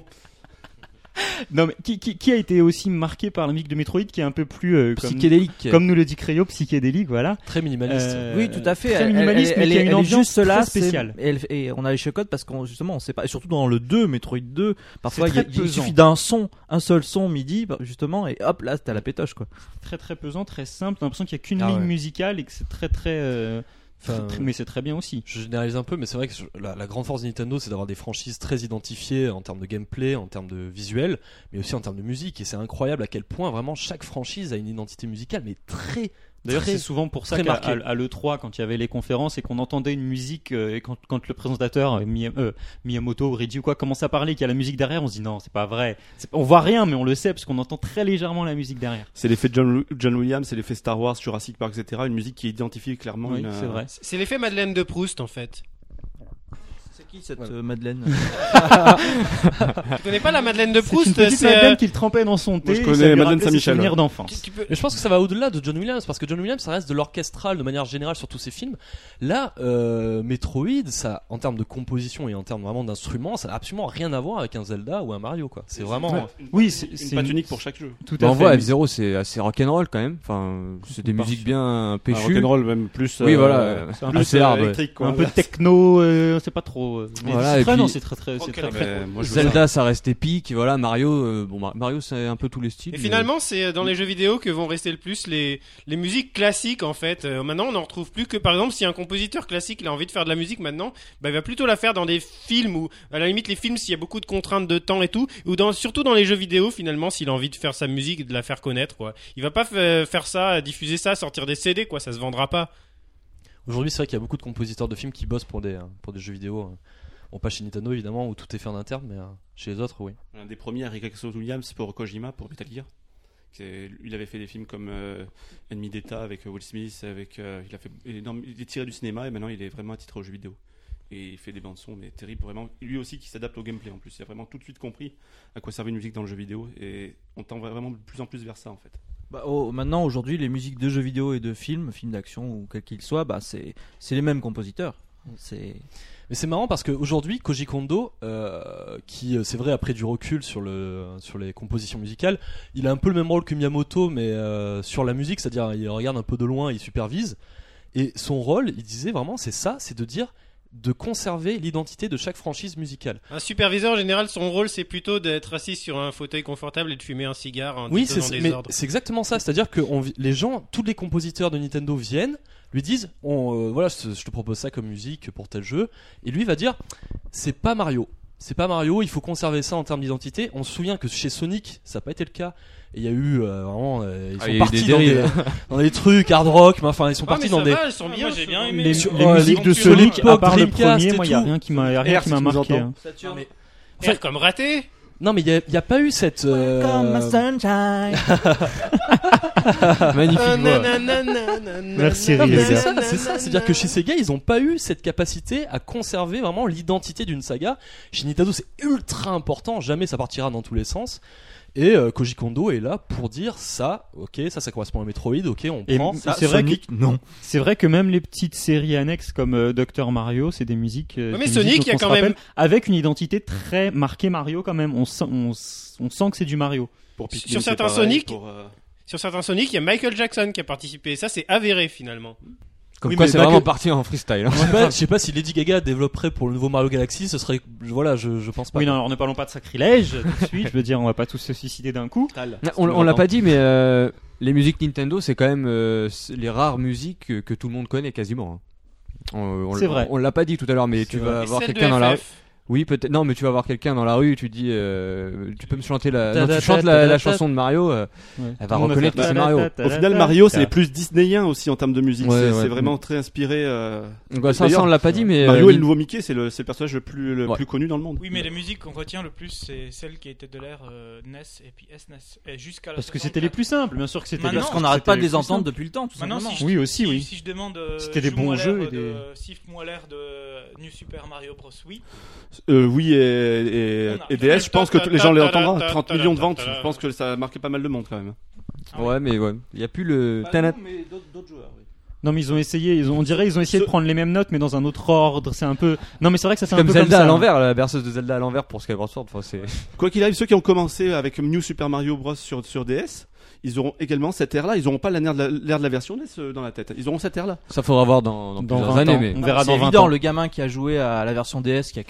Non, mais qui, qui, qui a été aussi marqué par la musique de Metroid qui est un peu plus hein. euh, comme- Psychédélique. comme nous le dit Crayo, psychédélique, voilà. Très minimaliste. Euh, Oui, tout à fait. Très Elle- minimaliste, elle, mais elle qui a est- une elle est ambiance juste très là, c'est- spéciale. Et, elle- et on a les chocottes parce qu'on justement, on sait pas. Et surtout dans le 2, Metroid 2, parfois il, très y a- il pesant. suffit d'un son, un seul son midi, bah, justement, et hop, là, t'as la pétoche quoi. Très très pesant, très simple. T'as l'impression qu'il n'y a qu'une Ah ligne ouais. musicale et que c'est très très. euh, Enfin, tr- tr- mais c'est très bien aussi. Je généralise un peu, mais c'est vrai que je- la, la grande force de Nintendo, c'est d'avoir des franchises très identifiées en termes de gameplay, en termes de visuel, mais aussi en termes de musique. Et c'est incroyable à quel point vraiment chaque franchise a une identité musicale, mais très. D'ailleurs, très- c'est souvent pour ça très qu'à marqué. à- à l'E3, quand il y avait les conférences et qu'on entendait une musique, euh, et quand, quand le présentateur, euh, Miyam- euh, Miyamoto ou Reggie ou quoi, commence à parler, qu'il y a la musique derrière, on se dit non, c'est pas vrai. C'est- On voit rien, mais on le sait parce qu'on entend très légèrement la musique derrière. C'est l'effet John, John Williams, c'est l'effet Star Wars, Jurassic Park, etc. Une musique qui identifie clairement. Oui, une, euh, c'est vrai. C'est l'effet Madeleine de Proust en fait. C'est qui cette euh, Madeleine Tu connais pas la Madeleine de C'est une Proust petite c'est, euh, madeleine qu'il trempait dans son Moi, thé. je et connais ça lui Madeleine rappelait ses Saint-Michel. souvenirs d'enfance. tu- tu peux- Mais je pense que ça va au-delà de John Williams, parce que John Williams, ça reste de l'orchestral de manière générale sur tous ses films. Là, euh, Metroid, ça, en termes de composition et en termes vraiment d'instruments, ça n'a absolument rien à voir avec un Zelda ou un Mario, quoi. C'est vraiment. Oui, c'est euh, Une c'est patte unique pour chaque jeu. Tout Bah, à on voit fait. F0, c'est assez rock'n'roll quand même. Enfin, c'est des Parfait. musiques bien Un péchues. rock'n'roll même plus. Oui, euh, voilà, c'est un assez plus, euh, hard, ouais. électrique, quoi. un peu de techno, euh, c'est pas trop. euh, mais Voilà, c'est et très, puis- non, c'est très, très, c'est très, Ok, très- Euh, moi, je veux ça. Zelda, ça reste épique. Voilà, Mario, euh, bon, Mar- Mario, c'est un peu tous les styles. Et mais- finalement, c'est euh, dans les jeux vidéo que vont rester le plus les, les musiques classiques en fait. Euh, maintenant, on n'en retrouve plus que par exemple si un compositeur classique il a envie de faire de la musique maintenant, bah, il va plutôt la faire dans des films ou à la limite les films s'il y a beaucoup de contraintes de temps et tout, ou dans, surtout dans les jeux vidéo finalement s'il a envie de faire sa musique et de la faire connaître quoi. Il va pas fa- faire ça, euh, diffuser ça, sortir des CD quoi, ça se vendra pas. Aujourd'hui, c'est vrai qu'il y a beaucoup de compositeurs de films qui bossent pour des, euh, pour des jeux vidéo. euh. Bon, pas chez Nintendo évidemment, où tout est fait en interne, mais euh, chez les autres, oui. Un des premiers avec Axel Williams pour Kojima, pour Metal Gear. C'est- Il avait fait des films comme euh, Ennemi d'État avec euh, Will Smith, avec, euh, il, a fait énorme- il est tiré du cinéma et maintenant il est vraiment attitré aux jeux vidéo. Et il fait des bandes son mais terrible vraiment. Lui aussi qui s'adapte au gameplay en plus. Il a vraiment tout de suite compris à quoi servait une musique dans le jeu vidéo et on tend vraiment de plus en plus vers ça en fait. Bah, oh, maintenant, aujourd'hui, les musiques de jeux vidéo et de films, films d'action ou quels qu'ils soient, bah, c'est c'est les mêmes compositeurs. C'est Mais c'est marrant parce qu'aujourd'hui, Koji Kondo, euh, qui euh, c'est vrai après du recul sur, le, sur les compositions musicales, il a un peu le même rôle que Miyamoto, mais euh, sur la musique, c'est-à-dire il regarde un peu de loin, il supervise. Et son rôle, il disait vraiment, c'est ça, c'est de dire de conserver l'identité de chaque franchise musicale. Un superviseur en général, son rôle c'est plutôt d'être assis sur un fauteuil confortable et de fumer un cigare en Oui, disant c'est des mais ordres. c'est exactement ça. C'est-à-dire que on vi- les gens, tous les compositeurs de Nintendo viennent, lui disent, on, euh, voilà, je, je te propose ça comme musique pour tel jeu, et lui va dire, c'est pas Mario. C'est pas Mario, il faut conserver ça en termes d'identité. On se souvient que chez Sonic, ça n'a pas été le cas. Et il y a eu euh, vraiment, euh, ils Ah, il sont y a eu partis des dans, des, dérives. dans des trucs hard rock, mais enfin ils sont Ah, partis mais ça dans des. va, elles sont bien, j'ai ce- bien aimé. Les, mais- les sur- euh, musiques de sur Sonic, l'époque, à part le Dreamcast premier, et moi, il n'y a tout. rien qui m'a y a rien Air, qui si m'a tu nous marqué. entends. hein. Saturne. Faire comme raté Non, mais il n'y a, il y a pas eu cette. euh, Magnifique voix. Merci, Non, mais Riel. c'est ça, c'est ça. C'est-à-dire que chez Sega, ils n'ont pas eu cette capacité à conserver vraiment l'identité d'une saga. Chez Nintendo, c'est ultra important. Jamais ça partira dans tous les sens. Et euh, Koji Kondo est là pour dire ça, ok, ça, ça correspond à Metroid, ok, on Et prend. m- Ça, c'est vrai, que- Sonic, non. c'est vrai que même les petites séries annexes comme euh, Dr Mario, c'est des musiques. euh, Ouais, mais des Sonic, musiques dont il y a on se quand même- rappelle, avec une identité très marquée Mario quand même. On sent, on, s- on sent que c'est du Mario. Pour Pikmin, Sur c'est certains pareil, Sonic- pour, euh, Sur certains Sonic, il y a Michael Jackson qui a participé. Ça, c'est avéré finalement. Comme Oui, quoi, mais c'est pas vraiment que- parti en freestyle. hein. Je sais pas- je sais pas si Lady Gaga développerait pour le nouveau Mario Galaxy, ce serait, je- voilà, je, je pense pas. Oui, non, alors ne parlons pas de sacrilège tout de suite. Je veux dire, on va pas tous se suicider d'un coup. On, que on l'a maintenant- pas dit, mais euh, les musiques Nintendo, c'est quand même euh, c'est les rares musiques que, que tout le monde connaît quasiment. hein. On, on- C'est vrai. On l'a pas dit tout à l'heure, mais tu vrai. vas Et avoir celle de quelqu'un dans la rue. FF. Oui, peut-être. Non, mais tu vas voir quelqu'un dans la rue, tu dis, euh, tu peux me chanter la, non, Ta-da-ta-ta-ta-ta. tu chantes la, la chanson de Mario, euh, elle va Nous, on va reconnaître que faire c'est Mario. ta-ta-ta-ta-ta. Au final, Mario, c'est plus disneyen aussi en termes de musique. Ouais, c'est ouais. c'est vraiment très inspiré. euh, Donc, ouais, ça, ça, D'ailleurs, on l'a pas dit, mais Mario euh, est le nouveau Mickey, c'est le, c'est le personnage le plus, le Ouais. plus connu dans le monde. Oui, mais les musiques qu'on retient le plus, c'est celles qui étaient de l'ère euh, NES et puis SNES. Et jusqu'à la Parce que c'était les 64. plus simples, bien sûr que Ah, c'était. Maintenant, parce Parce Parce qu'on n'arrête pas de les entendre entendre depuis le temps, tout Maintenant, simplement. si je, Oui, aussi, si- oui. si je demande. euh, C'était des joue-moi bons l'air jeux et de- Siffle-moi l'air de New Super Mario Bros. Oui. Euh, oui, et, et, Non, non. et DS, je pense que t- les gens les entendront. 30 millions de ventes, je pense que ça a marqué pas mal de monde quand même. Ah Ouais, mais ouais, il y a plus Euh, le. mais d'autres joueurs. Non, mais ils ont essayé. Ils ont, on dirait, ils ont essayé de prendre les mêmes notes, mais dans un autre ordre. C'est un peu. Non, mais c'est vrai que ça fait C'est un comme peu Zelda comme ça, à hein. l'envers, la berceuse de Zelda à l'envers pour Skyward Sword. Enfin, c'est. Quoi qu'il arrive, ceux qui ont commencé avec New Super Mario Bros sur, sur DS, ils auront également cette ère-là. Ils n'auront pas l'ère de, la, l'ère de la version NES euh, dans la tête. Ils auront cette ère-là. Ah, Ça faudra voir dans, dans Dans plusieurs 20 années, ans. mais. On verra C'est dans 20 évident, ans. le gamin qui a joué à la version DS qui a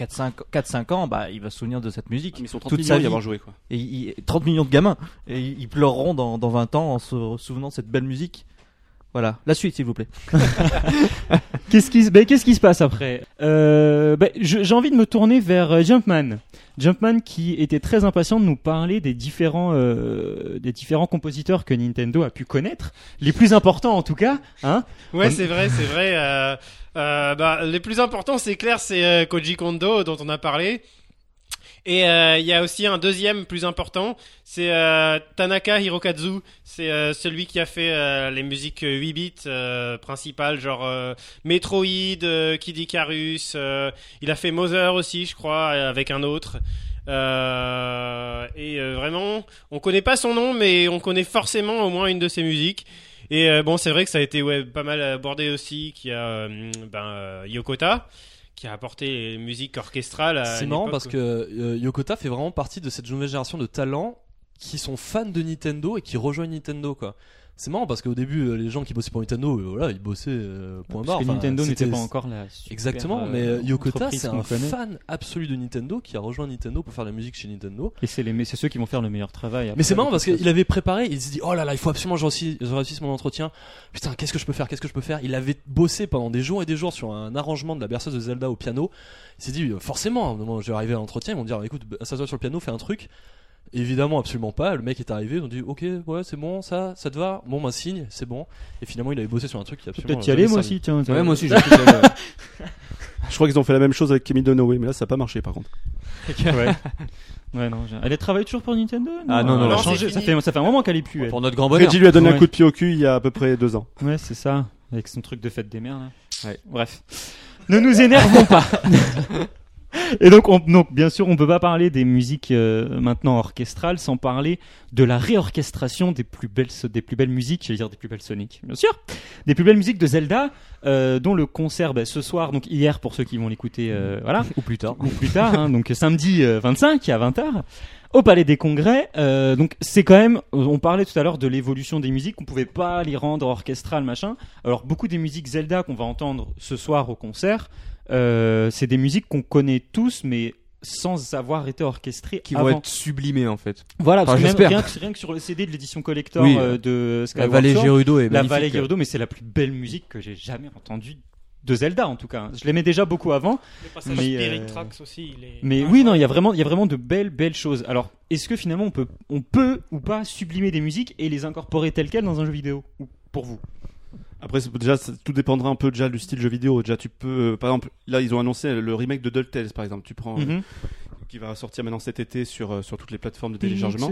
4-5 ans, bah, il va se souvenir de cette musique. Ils sont 30 Toute millions sa à y vie. avoir joué. Quoi. Et il- 30 millions de gamins. Et ils pleureront dans, dans 20 ans en se souvenant de cette belle musique. Voilà, la suite s'il vous plaît. Qu'est-ce qui, se- ben, qu'est-ce qui se passe après euh, ben, je- J'ai envie de me tourner vers euh, Jumpman. Jumpman qui était très impatient de nous parler des différents, euh, des différents compositeurs que Nintendo a pu connaître, les plus importants en tout cas. Hein Ouais, On- c'est vrai, c'est vrai. euh, euh, bah, les plus importants, c'est clair, c'est euh, Koji Kondo dont on a parlé. Et euh, il y a aussi un deuxième plus important, c'est euh, Tanaka Hirokazu. C'est euh, celui qui a fait euh, les musiques euh, 8 bits euh, principales, genre euh, Metroid, euh, Kid Icarus. euh, il a fait Mother aussi, je crois, euh, avec un autre. Euh, et euh, vraiment, on connaît pas son nom, mais on connaît forcément au moins une de ses musiques. Et euh, bon, c'est vrai que ça a été ouais, pas mal abordé aussi, qu'il y a euh, ben, euh, Yokota, qui a apporté les musiques orchestrales. à C'est une marrant époque parce que euh, Yokota fait vraiment partie de cette nouvelle génération de talents qui sont fans de Nintendo et qui rejoignent Nintendo quoi. C'est marrant parce qu'au début euh, les gens qui bossaient pour Nintendo, euh, voilà, ils bossaient euh, point barre. Parce que Enfin, Nintendo n'était c'était- pas encore là. Exactement, mais euh, Yokota c'est un fan absolu de Nintendo qui a rejoint Nintendo pour faire la musique chez Nintendo. Et c'est, les, mais c'est ceux qui vont faire le meilleur travail. Mais après, c'est marrant de parce toute qu'il avait préparé, il se dit oh là là, il faut absolument que je réussisse, je réussisse mon entretien. Putain, qu'est-ce que je peux faire, qu'est-ce que je peux faire Il avait bossé pendant des jours et des jours sur un arrangement de la berceuse de Zelda au piano. Il s'est dit euh, forcément, à un moment, je vais arriver à l'entretien, ils vont me dire écoute, bah, assois-toi sur le piano, fais un truc. Évidemment, absolument pas. Le mec est arrivé, ils ont dit ok, ouais, c'est bon, ça, ça te va. Bon, bah signe, c'est bon. Et finalement, il avait bossé sur un truc qui façon. absolument. euh, Peut-être y jamais aller moi servi. aussi, tiens. Ouais, moi aussi, je Je crois qu'ils ont fait la même chose avec Kemi Dunaway, mais là, ça n'a pas marché par contre. ouais. ouais, non. j'ai- Elle travaille toujours pour Nintendo Ah, non, non, elle a non, changé. c'est Ça fini. fait, ça fait un moment qu'elle est plus. elle. Pour notre grand bonheur. Reggie lui a donné Ouais. un coup de pied au cul il y a à peu près deux ans. Ouais, c'est ça. Avec son truc de fête des mères, là. Ouais. Bref. Ne nous énervons pas. Et donc, on, donc, bien sûr, on peut pas parler des musiques euh, maintenant orchestrales sans parler de la réorchestration des plus belles, des plus belles musiques, j'allais dire des plus belles Sonic, bien sûr, des plus belles musiques de Zelda, euh, dont le concert bah, ce soir, donc hier pour ceux qui vont l'écouter, euh, voilà, Ou plus tard. ou plus tard, hein, donc samedi euh, 25 à 20h au Palais des Congrès. Euh, donc c'est quand même, euh, on parlait tout à l'heure de l'évolution des musiques, on pouvait pas les rendre orchestrales machin. Alors beaucoup des musiques Zelda qu'on va entendre ce soir au concert euh, c'est des musiques qu'on connaît tous, mais sans avoir été orchestrées Qui avant. Ah, vont être sublimés en fait. Voilà, parce que Enfin, même j'espère. rien, que- rien que sur le CD de l'édition collector Oui, euh, de La Skyward vallée Sword, Gerudo est la magnifique. Vallée Gerudo, mais c'est la plus belle musique que j'ai jamais entendue de Zelda en tout cas. hein. Je l'aimais déjà beaucoup avant, Le passage Mais, Spirit euh, Tracks aussi, il est. mais oui, non, il y a vraiment, il y a vraiment de belles, belles choses. Alors, est-ce que finalement on peut, on peut ou pas sublimer des musiques et les incorporer telles quelles dans un jeu vidéo Ou pour vous Après, c'est- déjà, ça- tout dépendra un peu déjà du style jeu vidéo. Déjà, tu peux, euh, par exemple, là, ils ont annoncé le remake de DuckTales, par exemple. Tu prends, euh, Mhm. qui va sortir maintenant cet été sur euh, sur toutes les plateformes de téléchargement.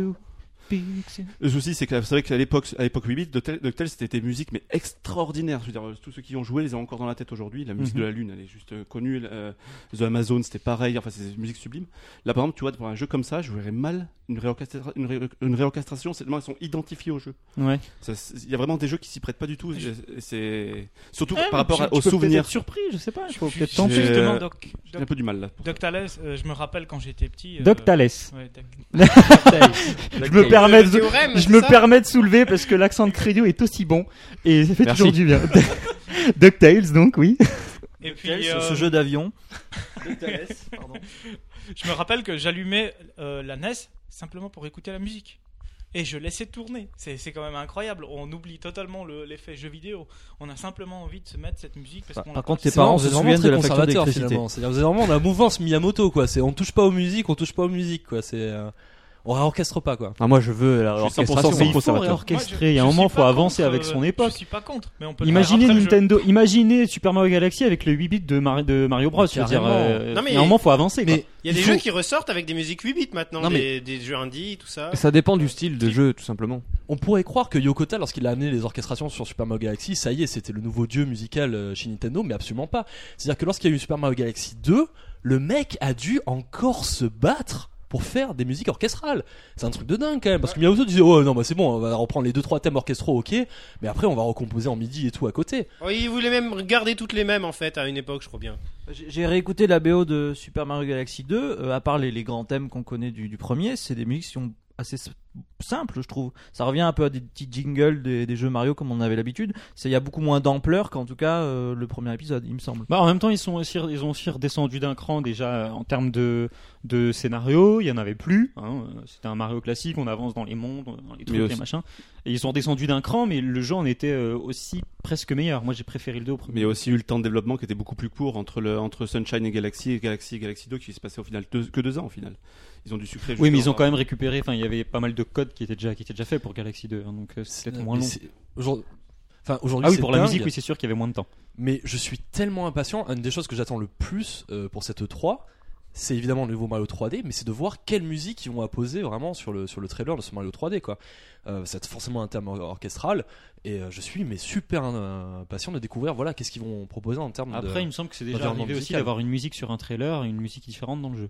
Le souci, c'est que c'est vrai qu'à l'époque, à l'époque 8 bits, DuckTales, DuckTales, c'était des musiques mais extraordinaires. Je veux dire, euh, tous ceux qui y ont joué les ont encore dans la tête aujourd'hui. La musique Mhm. de la lune, elle est juste euh, connue. euh, The Amazon, c'était pareil. Enfin, c'est des musiques sublimes. Là, par exemple, tu vois, pour un jeu comme ça, je verrais mal une réorchestra- une, ré- une réorchestration. C'est- non, elles sont identifiées au jeu. Ouais. Ça, c'est- Il y a vraiment des jeux qui s'y prêtent pas du tout. Et C'est surtout Eh, mais par rapport tu- à- Ah, Tu aux peux peut-être souvenirs. être surpris, je sais pas. Il Je- faut je- peut-être Euh, je- tenter. J'ai- Justement, Doc, J'ai un Doc, peu du mal là. Doc Tales, euh, je me rappelle quand j'étais petit. euh, Doc Tales. ouais, Doc- Je me permets de, théorème, je c'est me ça permets de soulever parce que l'accent de Credio est aussi bon et ça fait Merci. toujours du bien. DuckTales, donc oui. Et puis, Quel, ce- euh, ce jeu d'avion. je me rappelle que j'allumais euh, la NES simplement pour écouter la musique. Et je laissais tourner. C'est c'est quand même incroyable. On oublie totalement le- l'effet jeu vidéo. On a simplement envie de se mettre cette musique parce Par- qu'on par la contre, passe. tes parents C'est se vraiment souviennent très de la facture conservateur, d'électricité. finalement. C'est-à-dire, c'est vraiment la mouvance Miyamoto, quoi. C'est on touche pas aux musiques, on touche pas aux musiques, quoi. C'est euh, on réorchestre pas, quoi. Ah, moi je veux la Je suis 100% réorchestration. Mais il faut Moi, je- réorchestrer. Il y a un je moment, suis faut pas avancer contre, avec son euh, époque. Je suis pas contre, mais on peut le Imaginez faire après le jeu. Nintendo, imaginez Super Mario Galaxy avec le 8 bits de, Mar- de Mario Bros. Je veux dire, Carrément. euh, Non, mais- il y a un moment, faut avancer. quoi. Mais Il y a des Il jeux faut- qui ressortent avec des musiques 8 bits maintenant, Non, mais- des, des jeux indie, tout ça. Ça dépend du style de jeu, tout simplement. on pourrait croire que Yokota, lorsqu'il a amené les orchestrations sur Super Mario Galaxy, ça y est, c'était le nouveau dieu musical euh, chez Nintendo, mais absolument pas. C'est-à-dire que lorsqu'il y a eu Super Mario Galaxy 2, le mec a dû encore se battre pour faire des musiques orchestrales. C'est un truc de dingue quand même, parce que Miyamoto disait, oh non, bah c'est bon, on va reprendre les deux trois thèmes orchestraux, ok, mais après on va recomposer en midi et tout à côté. Oui, Oh, ils voulaient même garder toutes les mêmes en fait à une époque, je crois bien. J'ai j'ai réécouté la BO de Super Mario Galaxy 2. euh, à part les, les grands thèmes qu'on connaît du, du premier, c'est des musiques qui sont assez s- simples, je trouve. Ça revient un peu à des petits jingles des, des jeux Mario comme on avait l'habitude. C'est- Il y a beaucoup moins d'ampleur qu'en tout cas euh, le premier épisode, il me semble. Bah, en même temps, ils, sont aussi, ils ont aussi redescendu d'un cran déjà euh, en termes de, de scénario. Il n'y en avait plus. hein. Euh, C'était un Mario classique, on avance dans les mondes, euh, dans les trucs, les aussi- machins. Et ils sont redescendus d'un cran, mais le jeu en était euh, aussi presque meilleur. Moi, j'ai préféré le 2 au premier. Mais il y a aussi eu le temps de développement qui était beaucoup plus court entre, le, entre Sunshine et Galaxy et Galaxy et Galaxy 2 qui se passait au final deux- que deux ans au final. Ils ont dû sucrer. Oui, mais justement. ils ont quand même récupéré. Enfin, il y avait pas mal de codes qui étaient déjà, qui étaient déjà faits pour Galaxy 2, hein, donc euh, c'est peut-être moins Mais long. c'est- aujourd'hui- Enfin, aujourd'hui, Ah oui, c'est pour la dingue. musique, oui, c'est sûr qu'il y avait moins de temps. Mais je suis tellement impatient. Une des choses que j'attends le plus euh, pour cette 3 c'est évidemment le nouveau Mario 3D, mais c'est de voir quelle musique ils vont apposer vraiment sur le, sur le trailer de ce Mario 3D. quoi. Euh, c'est forcément un terme or- orchestral, et euh, je suis mais super euh, impatient de découvrir voilà qu'est-ce qu'ils vont proposer en termes Après, il de. me semble que c'est déjà déjà Environnement arrivé arrivé aussi aussi musical. d'avoir une musique sur un trailer et une musique différente dans le jeu.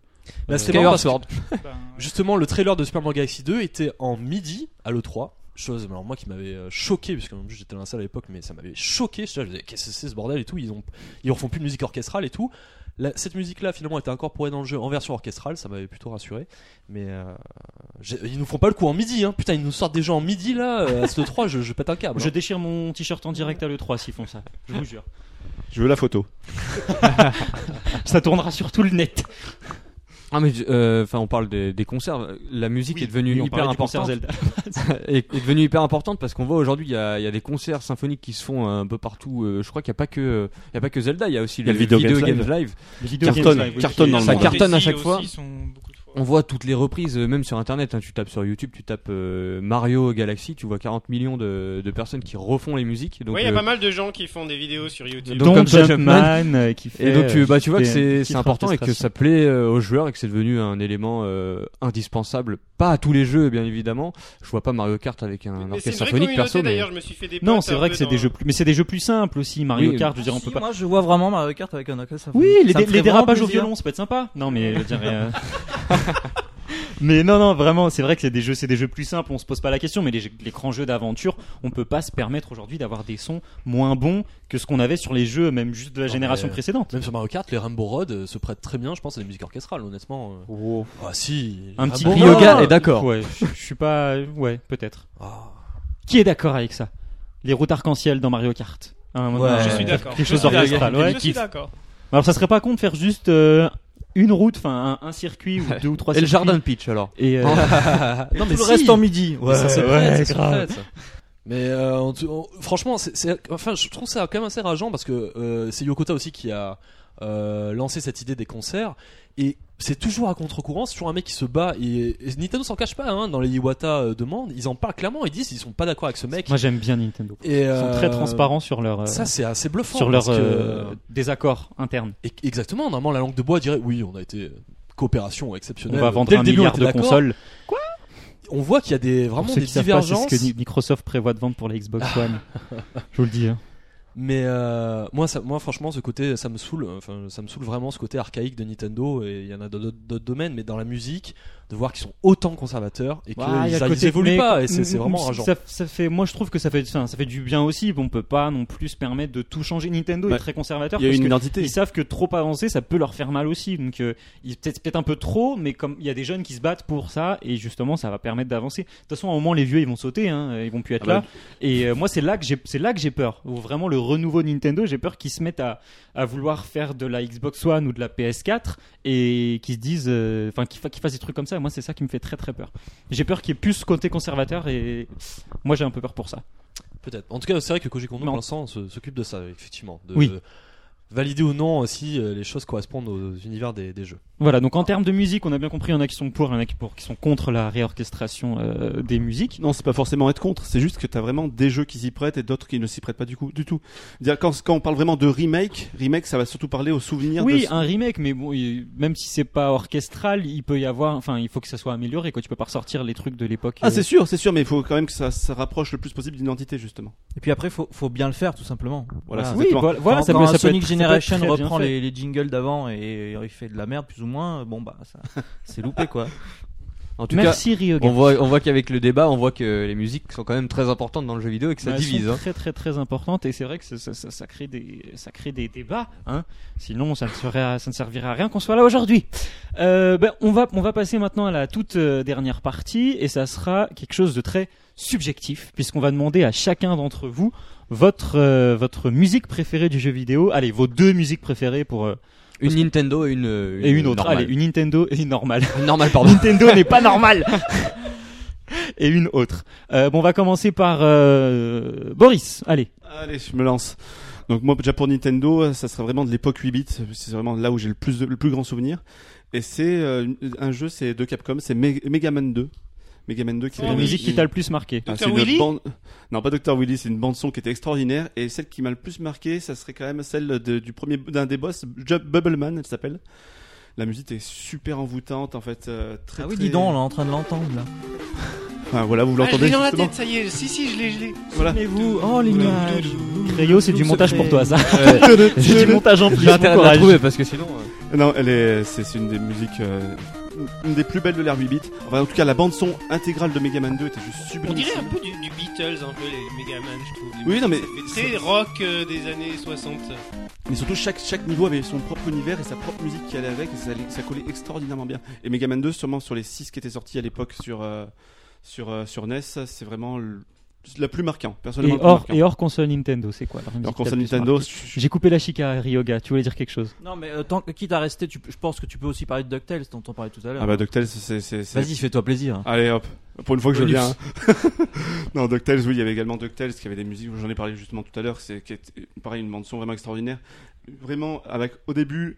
Là, c'est marrant Bah, Skyward parce que- Sword. Ben, ouais. Justement, le trailer de Super Mario Galaxy 2 était en midi à l'E3. Chose, alors moi qui m'avait euh, choqué, puisque en plus, j'étais dans la salle à l'époque, mais ça m'avait choqué. Je, je disais, qu'est-ce que c'est ce bordel et tout. Ils, ont, ils refont plus de musique orchestrale et tout. La- cette musique-là, finalement, était incorporée dans le jeu en version orchestrale. Ça m'avait plutôt rassuré. Mais euh, j'ai- ils nous font pas le coup en midi, hein. Putain, ils nous sortent des jeux en midi là. euh, à ce 3, je, je pète un câble. Je hein. déchire mon t-shirt en direct à l'E3 s'ils font ça. Je vous jure. Je veux la photo. ça tournera sur tout le net. Ah, mais euh, enfin, on parle des, des conserves. La musique est devenue Oui, on parlait hyper du concert importante. Zelda. est, est devenue hyper importante parce qu'on voit aujourd'hui il y, a il y a des concerts symphoniques qui se font un peu partout. euh, je crois qu'il n'y a pas que euh, il y a pas que Zelda, il y a aussi y a le Video Games Games Live. Live. Les vidéos Cartonne, games live, oui, cartonne qui- dans le Ça monde. cartonne à Prophéties chaque fois. aussi sont beaucoup de fois. On voit toutes les reprises, euh, même sur internet. hein. tu tapes sur YouTube, tu tapes euh, Mario Galaxy, tu vois 40 millions de, de personnes qui refont les musiques. Donc, Oui, il y a euh, pas mal de gens qui font des vidéos sur YouTube. Donc, Dont comme ça, Jumpman euh, qui fait. et donc tu, euh, bah, tu vois des- que c'est des c'est titres important et que orchestration. ça plaît euh, aux joueurs et que c'est devenu un élément euh, indispensable. Pas à tous les jeux, bien évidemment. Je vois pas Mario Kart avec un Mais c'est une orchestre vraie symphonique communauté perso. Mais... d'ailleurs, je me suis fait des Non, potes c'est un vrai peu que c'est dans- des jeux plus, mais c'est des jeux plus simples aussi. Mario Oui, Kart, je veux dire, on Si, peut pas. Moi, je vois vraiment Mario Kart avec un orchestre symphonique. Oui, les, Ça me dé- ferait les vraiment dérapages au plaisir. violon, c'est peut-être sympa. Non, mais je dirais. euh, mais non, non, vraiment, c'est vrai que c'est des jeux, c'est des jeux plus simples. On se pose pas la question, mais les, jeux- les grands jeux d'aventure, on peut pas se permettre aujourd'hui d'avoir des sons moins bons que ce qu'on avait sur les jeux, même juste de la Non, génération mais- précédente. Même sur Mario Kart, les Rainbow Road euh, se prêtent très bien, je pense, à des musiques orchestrales, honnêtement. euh. Ah si. Un Rainbow petit Road. Rio Yoga Road. est d'accord. Ouais, je je suis pas. Ouais, peut-être. Ah. Qui est d'accord avec ça Les routes arc-en-ciel dans Mario Kart. À un moment, Ouais, euh, je Je suis d'accord. Quelque chose Je suis d'accord. d'orchestral. Ouais. Je suis d'accord. Alors ça serait pas con de faire juste euh, une route, enfin un, un circuit ou deux ou trois Et le circuits. jardin de pitch alors. Et euh, Ah, non, Ah. mais Tout le si. reste en midi. Ouais. ça, c'est ouais, vrai, ça, c'est grave. vrai, ça. Mais euh, on- on- franchement, c'est- c'est- enfin, je trouve ça quand même assez rageant parce que euh, c'est Yokota aussi qui a euh, lancé cette idée des concerts et c'est toujours à contre-courant, c'est toujours un mec qui se bat et, et Nintendo s'en cache pas. Hein, dans les Iwata euh, demandent, ils en parlent clairement, ils disent ils sont pas d'accord avec ce mec. moi j'aime bien Nintendo. et, Ils sont euh, très transparents sur leur euh, Ça c'est assez bluffant. sur leur parce que- euh, désaccord interne. et- exactement, normalement la langue de bois dirait oui, on a été euh, coopération On exceptionnelle. va vendre Dès le un début, on milliard était de d'accord. consoles. On voit qu'il y a des Pour vraiment ceux des qui savent pas, c'est divergences. ce que Ni- Microsoft prévoit de vendre pour la Xbox One. Je vous le dis. hein. Mais euh, moi, ça, moi, franchement, ce côté, ça me saoule. Enfin, ça me saoule vraiment ce côté archaïque de Nintendo. Et il y en a dans d'autres d'autres domaines, mais dans la musique, de voir qu'ils sont autant conservateurs et qu'ils Ouais, Bah, il y a le ils côté- évoluent mais- pas. Et c'est c'est mm, vraiment mm, rageant. Ça, ça fait, moi je trouve que ça fait, ça, ça fait du bien aussi. On peut pas non plus se permettre de tout changer. Nintendo Bah, est très conservateur. Il y a parce une que identité. ils savent que trop avancer, ça peut leur faire mal aussi. Donc, euh, ils- peut-être peut un peu trop, mais comme il y a des jeunes qui se battent pour ça, et justement, ça va permettre d'avancer. De toute façon, à un moment, les vieux, ils vont sauter, hein, euh, ils vont plus être Ah bah là. Et euh, moi, c'est là que j'ai, c'est là que j'ai peur. Ou Vraiment, le renouveau de Nintendo, j'ai peur qu'ils se mettent à, à vouloir faire de la Xbox One ou de la PS4 et qu'ils se disent, euh, enfin, qu'ils, fa- qu'ils fassent des trucs comme ça. Et moi, c'est ça qui me fait très très peur. J'ai peur qu'il y ait plus ce côté conservateur, et moi, j'ai un peu peur pour ça. Peut-être. En tout cas, c'est vrai que Koji Kondo, Non. pour l'instant, se- s'occupe de ça, effectivement. De Oui. de valider ou non euh, si euh, les choses correspondent aux univers des, des jeux. Voilà, donc en termes de musique, on a bien compris, il y en a qui sont pour, il y en a qui, pour, qui sont contre la réorchestration euh, des musiques. Non, c'est pas forcément être contre, c'est juste que t'as vraiment des jeux qui s'y prêtent et d'autres qui ne s'y prêtent pas du, coup, du tout. Dire, quand, quand on parle vraiment de remake, remake ça va surtout parler aux souvenirs Oui, de. un remake, mais bon, il- même si c'est pas orchestral, il peut y avoir, enfin, il faut que ça soit amélioré, quoi. Tu peux pas ressortir les trucs de l'époque. Ah, euh, c'est sûr, c'est sûr, mais il faut quand même que ça se rapproche le plus possible d'identité justement. Et puis après, faut, faut bien le faire, tout simplement. Voilà, c'est oui, exactement. voilà, voilà, quand ça quand peut, un ça peut être- Sonic ça peut être Generation très bien reprend fait. les, les jingles d'avant et il fait de la merde, plus ou moins, bon bah, ça, c'est loupé quoi. En tout cas, Merci Ryoga. on voit, on voit qu'avec le débat, on voit que les musiques sont quand même très importantes dans le jeu vidéo et que ça Bah, Elles divise. sont hein. Très très très importante et c'est vrai que ça, ça- ça- ça crée des ça crée des débats. Hein Sinon ça ne serait à- ça ne servirait à rien qu'on soit là aujourd'hui. Euh, ben, on va on va passer maintenant à la toute euh, dernière partie et ça sera quelque chose de très subjectif puisqu'on va demander à chacun d'entre vous votre euh, votre musique préférée du jeu vidéo. Allez vos deux musiques préférées pour euh, Une Nintendo et une, euh, et une autre. normale. Allez une Nintendo et une normale. Une normale, pardon. Nintendo n'est pas normal. Et une autre. Euh, bon, on va commencer par euh, Boris. Allez. Allez, je me lance. Donc moi déjà pour Nintendo, euh, ça serait vraiment de l'époque 8 bits, c'est vraiment là où j'ai le plus de- le plus grand souvenir et c'est euh, un jeu c'est de Capcom, c'est Me- Mega Man 2. Mega Man 2 qui Oh, La une- oui. musique qui t'a le plus marqué. Ah, Dr. c'est une Willy bande- Non, pas Dr. Willy, c'est une bande-son qui était extraordinaire. Et celle qui m'a le plus marqué, ça serait quand même celle de- du premier, d'un des boss, Ju- Bubbleman, elle s'appelle. La musique est super envoûtante, en fait. euh, très, Ah oui, très- dis donc, on est en train de l'entendre là. Enfin, voilà, vous Ah, je l'entendez l'ai dans la justement. tête, ça y est. Si, si, je l'ai, je l'ai. Voilà. vous oh les nuages. Créo, c'est du montage pour toi, ça. Ouais. C'est du montage en plus. J'ai intérêt bon à la courage. trouver parce que sinon. euh, Non, elle est, c'est c'est une des musiques, euh, une des plus belles de l'ère 8 bits. Enfin, en tout cas, la bande-son intégrale de Mega Man 2 était juste sublime. On dirait un peu du, du Beatles, un peu les Megaman, je trouve. Les Oui, non, mais- Beatles, ça fait très rock euh, des années 60. Mais surtout, chaque, chaque niveau avait son propre univers et sa propre musique qui allait avec, et ça, allait- ça collait extraordinairement bien. Et Mega Man 2, sûrement sur les 6 qui étaient sortis à l'époque sur, euh, sur, euh, sur NES, c'est vraiment le- la plus marquante, personnellement. Et la plus hors, marquante. et hors console Nintendo, c'est quoi la musique Alors, qui t'a console le plus Nintendo, marqué J'ai coupé la chic à Ryoga. Tu voulais dire quelque chose Non mais euh, tant que quitte à rester, tu peux- je pense que tu peux aussi parler de DuckTales dont on parlait tout à l'heure. ah bah DuckTales, c'est. c'est- c'est- Vas-y, fais-toi plaisir. Allez hop, pour une fois que je Bonus. viens. hein. non, DuckTales, oui, il y avait également DuckTales qui avait des musiques, j'en ai parlé justement tout à l'heure, c'est qui est- pareil, une bande-son vraiment extraordinaire. Vraiment, avec au début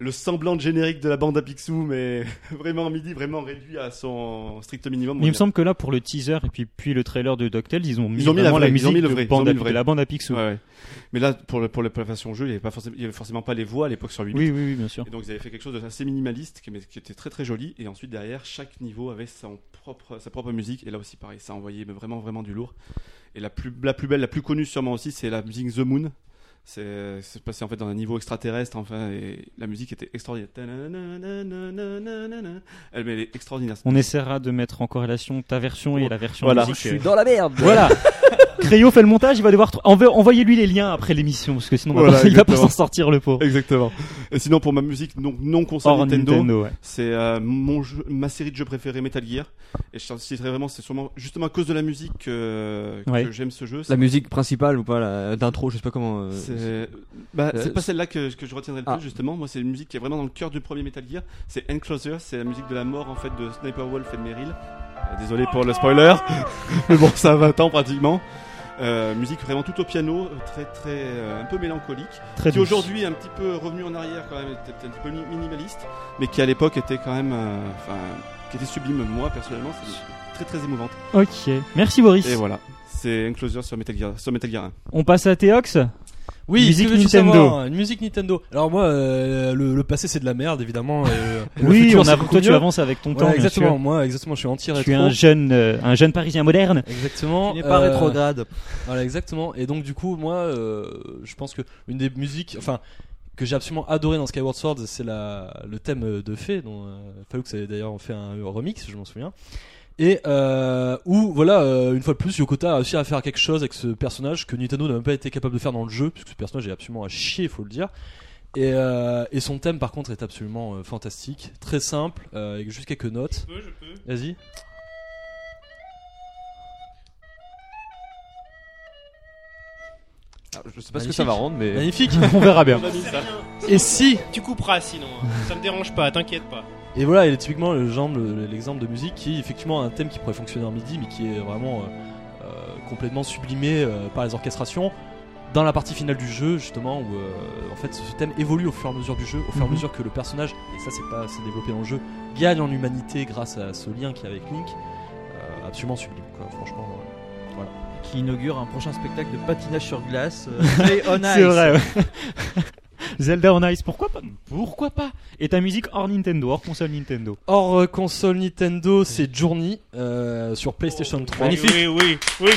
le semblant de générique de la bande à Picsou, mais vraiment midi, vraiment réduit à son strict minimum. Mais il On me semble que là, pour le teaser et puis, puis le trailer de DuckTales, ils ont mis, Ils ont mis la vraiment vraie, ils ont musique mis le de vrai, ils ont bande mis à- le vrai. de la bande à Picsou. Ouais, ouais. Mais là, pour, le, pour, le, pour la version jeu, il n'y avait, pas forcément- il y avait forcément pas les voix à l'époque sur 8 Oui, oui, oui, bien sûr. Et donc ils avaient fait quelque chose d'assez minimaliste, qui- mais qui était très très joli. Et ensuite derrière, chaque niveau avait son propre, sa propre musique. Et là aussi pareil, ça envoyait mais vraiment vraiment du lourd. Et la plus, la plus belle, la plus connue sûrement aussi, c'est la musique The Moon. C'est c'est passé en fait dans un niveau extraterrestre, enfin, et la musique était extraordinaire. Tanananananananana. Elle, mais elle est extraordinaire. On essaiera de mettre en corrélation ta version et la version Voilà. musique. dans la merde. Voilà. Créo fait le montage, il va devoir tr- envo- envoyer lui les liens après l'émission parce que sinon Voilà, il va pas exactement. s'en sortir le pauvre. Exactement. Et sinon, pour ma musique non, non console Hors Nintendo, Nintendo, ouais. c'est euh, mon jeu- ma série de jeux préférés, Metal Gear. Et je citerai vraiment, c'est sûrement justement à cause de la musique que, que Ouais. j'aime ce jeu. La musique principale ou pas, la- d'intro, je sais pas comment. euh, C'est bah, euh, c'est pas celle-là que, que je retiendrai le Ah. plus justement. Moi, c'est une musique qui est vraiment dans le cœur du premier Metal Gear. C'est Enclosure, c'est la musique de la mort en fait de Sniper Wolf et de Meryl. Euh, désolé pour le spoiler, mais bon, ça a 20 ans pratiquement. Euh, musique vraiment tout au piano, euh, très très euh, un peu mélancolique. Très qui douce. aujourd'hui est un petit peu revenu en arrière quand même, était un petit peu mi- minimaliste, mais qui à l'époque était quand même, euh, enfin, qui était sublime. Moi personnellement, c'est très très émouvante. Ok. Merci Boris. Et voilà, c'est Enclosure sur Metal Gear, sur Metal Gear 1. On passe à Théox. Oui, Musique que veux-tu Nintendo. savoir hein, Une musique Nintendo. Alors moi, euh, le, le passé c'est de la merde évidemment. et, euh, le Oui, futur, on c'est a, beaucoup toi tu mieux. avances avec ton temps, Voilà, bien exactement. Moi, exactement, je suis anti sûr. rétro. Tu es un jeune, euh, un jeune Parisien moderne. Exactement. Il n'est pas euh, rétrograde. Voilà, exactement. Et donc, du coup, moi, euh, je pense que une des musiques, enfin, que j'ai absolument adoré dans Skyward Sword, c'est la le thème euh, de Fée, dont euh, Falux avait d'ailleurs fait un remix, je m'en souviens. Et euh, où, voilà, euh, une fois de plus, Yokota a réussi à faire quelque chose avec ce personnage que Nintendo n'a même pas été capable de faire dans le jeu, puisque ce personnage est absolument à chier, faut le dire. Et, euh, et son thème, par contre, est absolument euh, fantastique, très simple, euh, avec juste quelques notes. peux, je peux. Vas-y. Ah, je sais pas ce que Magnifique. ça va rendre, mais. Magnifique. On verra bien. C'est rien. Et si Tu couperas sinon. hein. Ça me dérange pas, t'inquiète pas. Et voilà, il est typiquement le genre- le- l'exemple de musique qui est effectivement un thème qui pourrait fonctionner en midi, mais qui est vraiment euh, euh, complètement sublimé euh, par les orchestrations dans la partie finale du jeu, justement, où euh, en fait ce thème évolue au fur et à mesure du jeu, au fur et à Mhm. mesure que le personnage, et ça c'est pas assez développé dans le jeu, gagne en humanité grâce à ce lien qu'il y a avec Link. Euh, absolument sublime, quoi, franchement. euh. ouais. Qui inaugure un prochain spectacle de patinage sur glace. euh, Play on ice. C'est vrai. ouais. Zelda on Ice, pourquoi pas Pourquoi pas Et ta musique hors Nintendo, hors console Nintendo. Hors euh, console Nintendo, c'est Journey euh, sur Oh, PlayStation 3. Oui, oui, oui.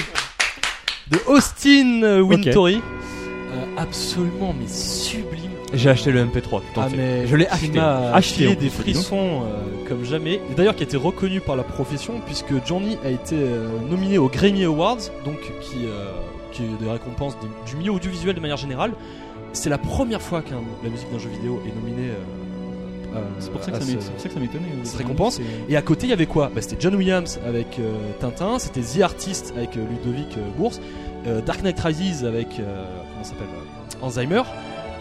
de Austin Wintory. Euh, absolument, mais sublime. J'ai acheté le MP3 tout Ah, entier. mais je l'ai qui acheté. m'a Acheté, filé en plus, des dis donc. frissons euh, comme jamais. Et D'ailleurs, qui a été reconnu par la profession puisque Johnny a été euh, nominé aux Grammy Awards, donc qui, euh, qui est des récompenses des- du milieu audiovisuel de manière générale. C'est la première fois qu'un la musique d'un jeu vidéo est nominée. euh, euh, C'est pour ça à que ça ce- m'é- Ah, c'est pour ça que ça m'étonnait. cette récompense. et à côté, il y avait quoi bah, C'était John Williams avec euh, Tintin, c'était The Artist avec euh, Ludovic euh, Bourse, euh, Dark Knight Rises avec euh, comment ça s'appelle euh, Alzheimer.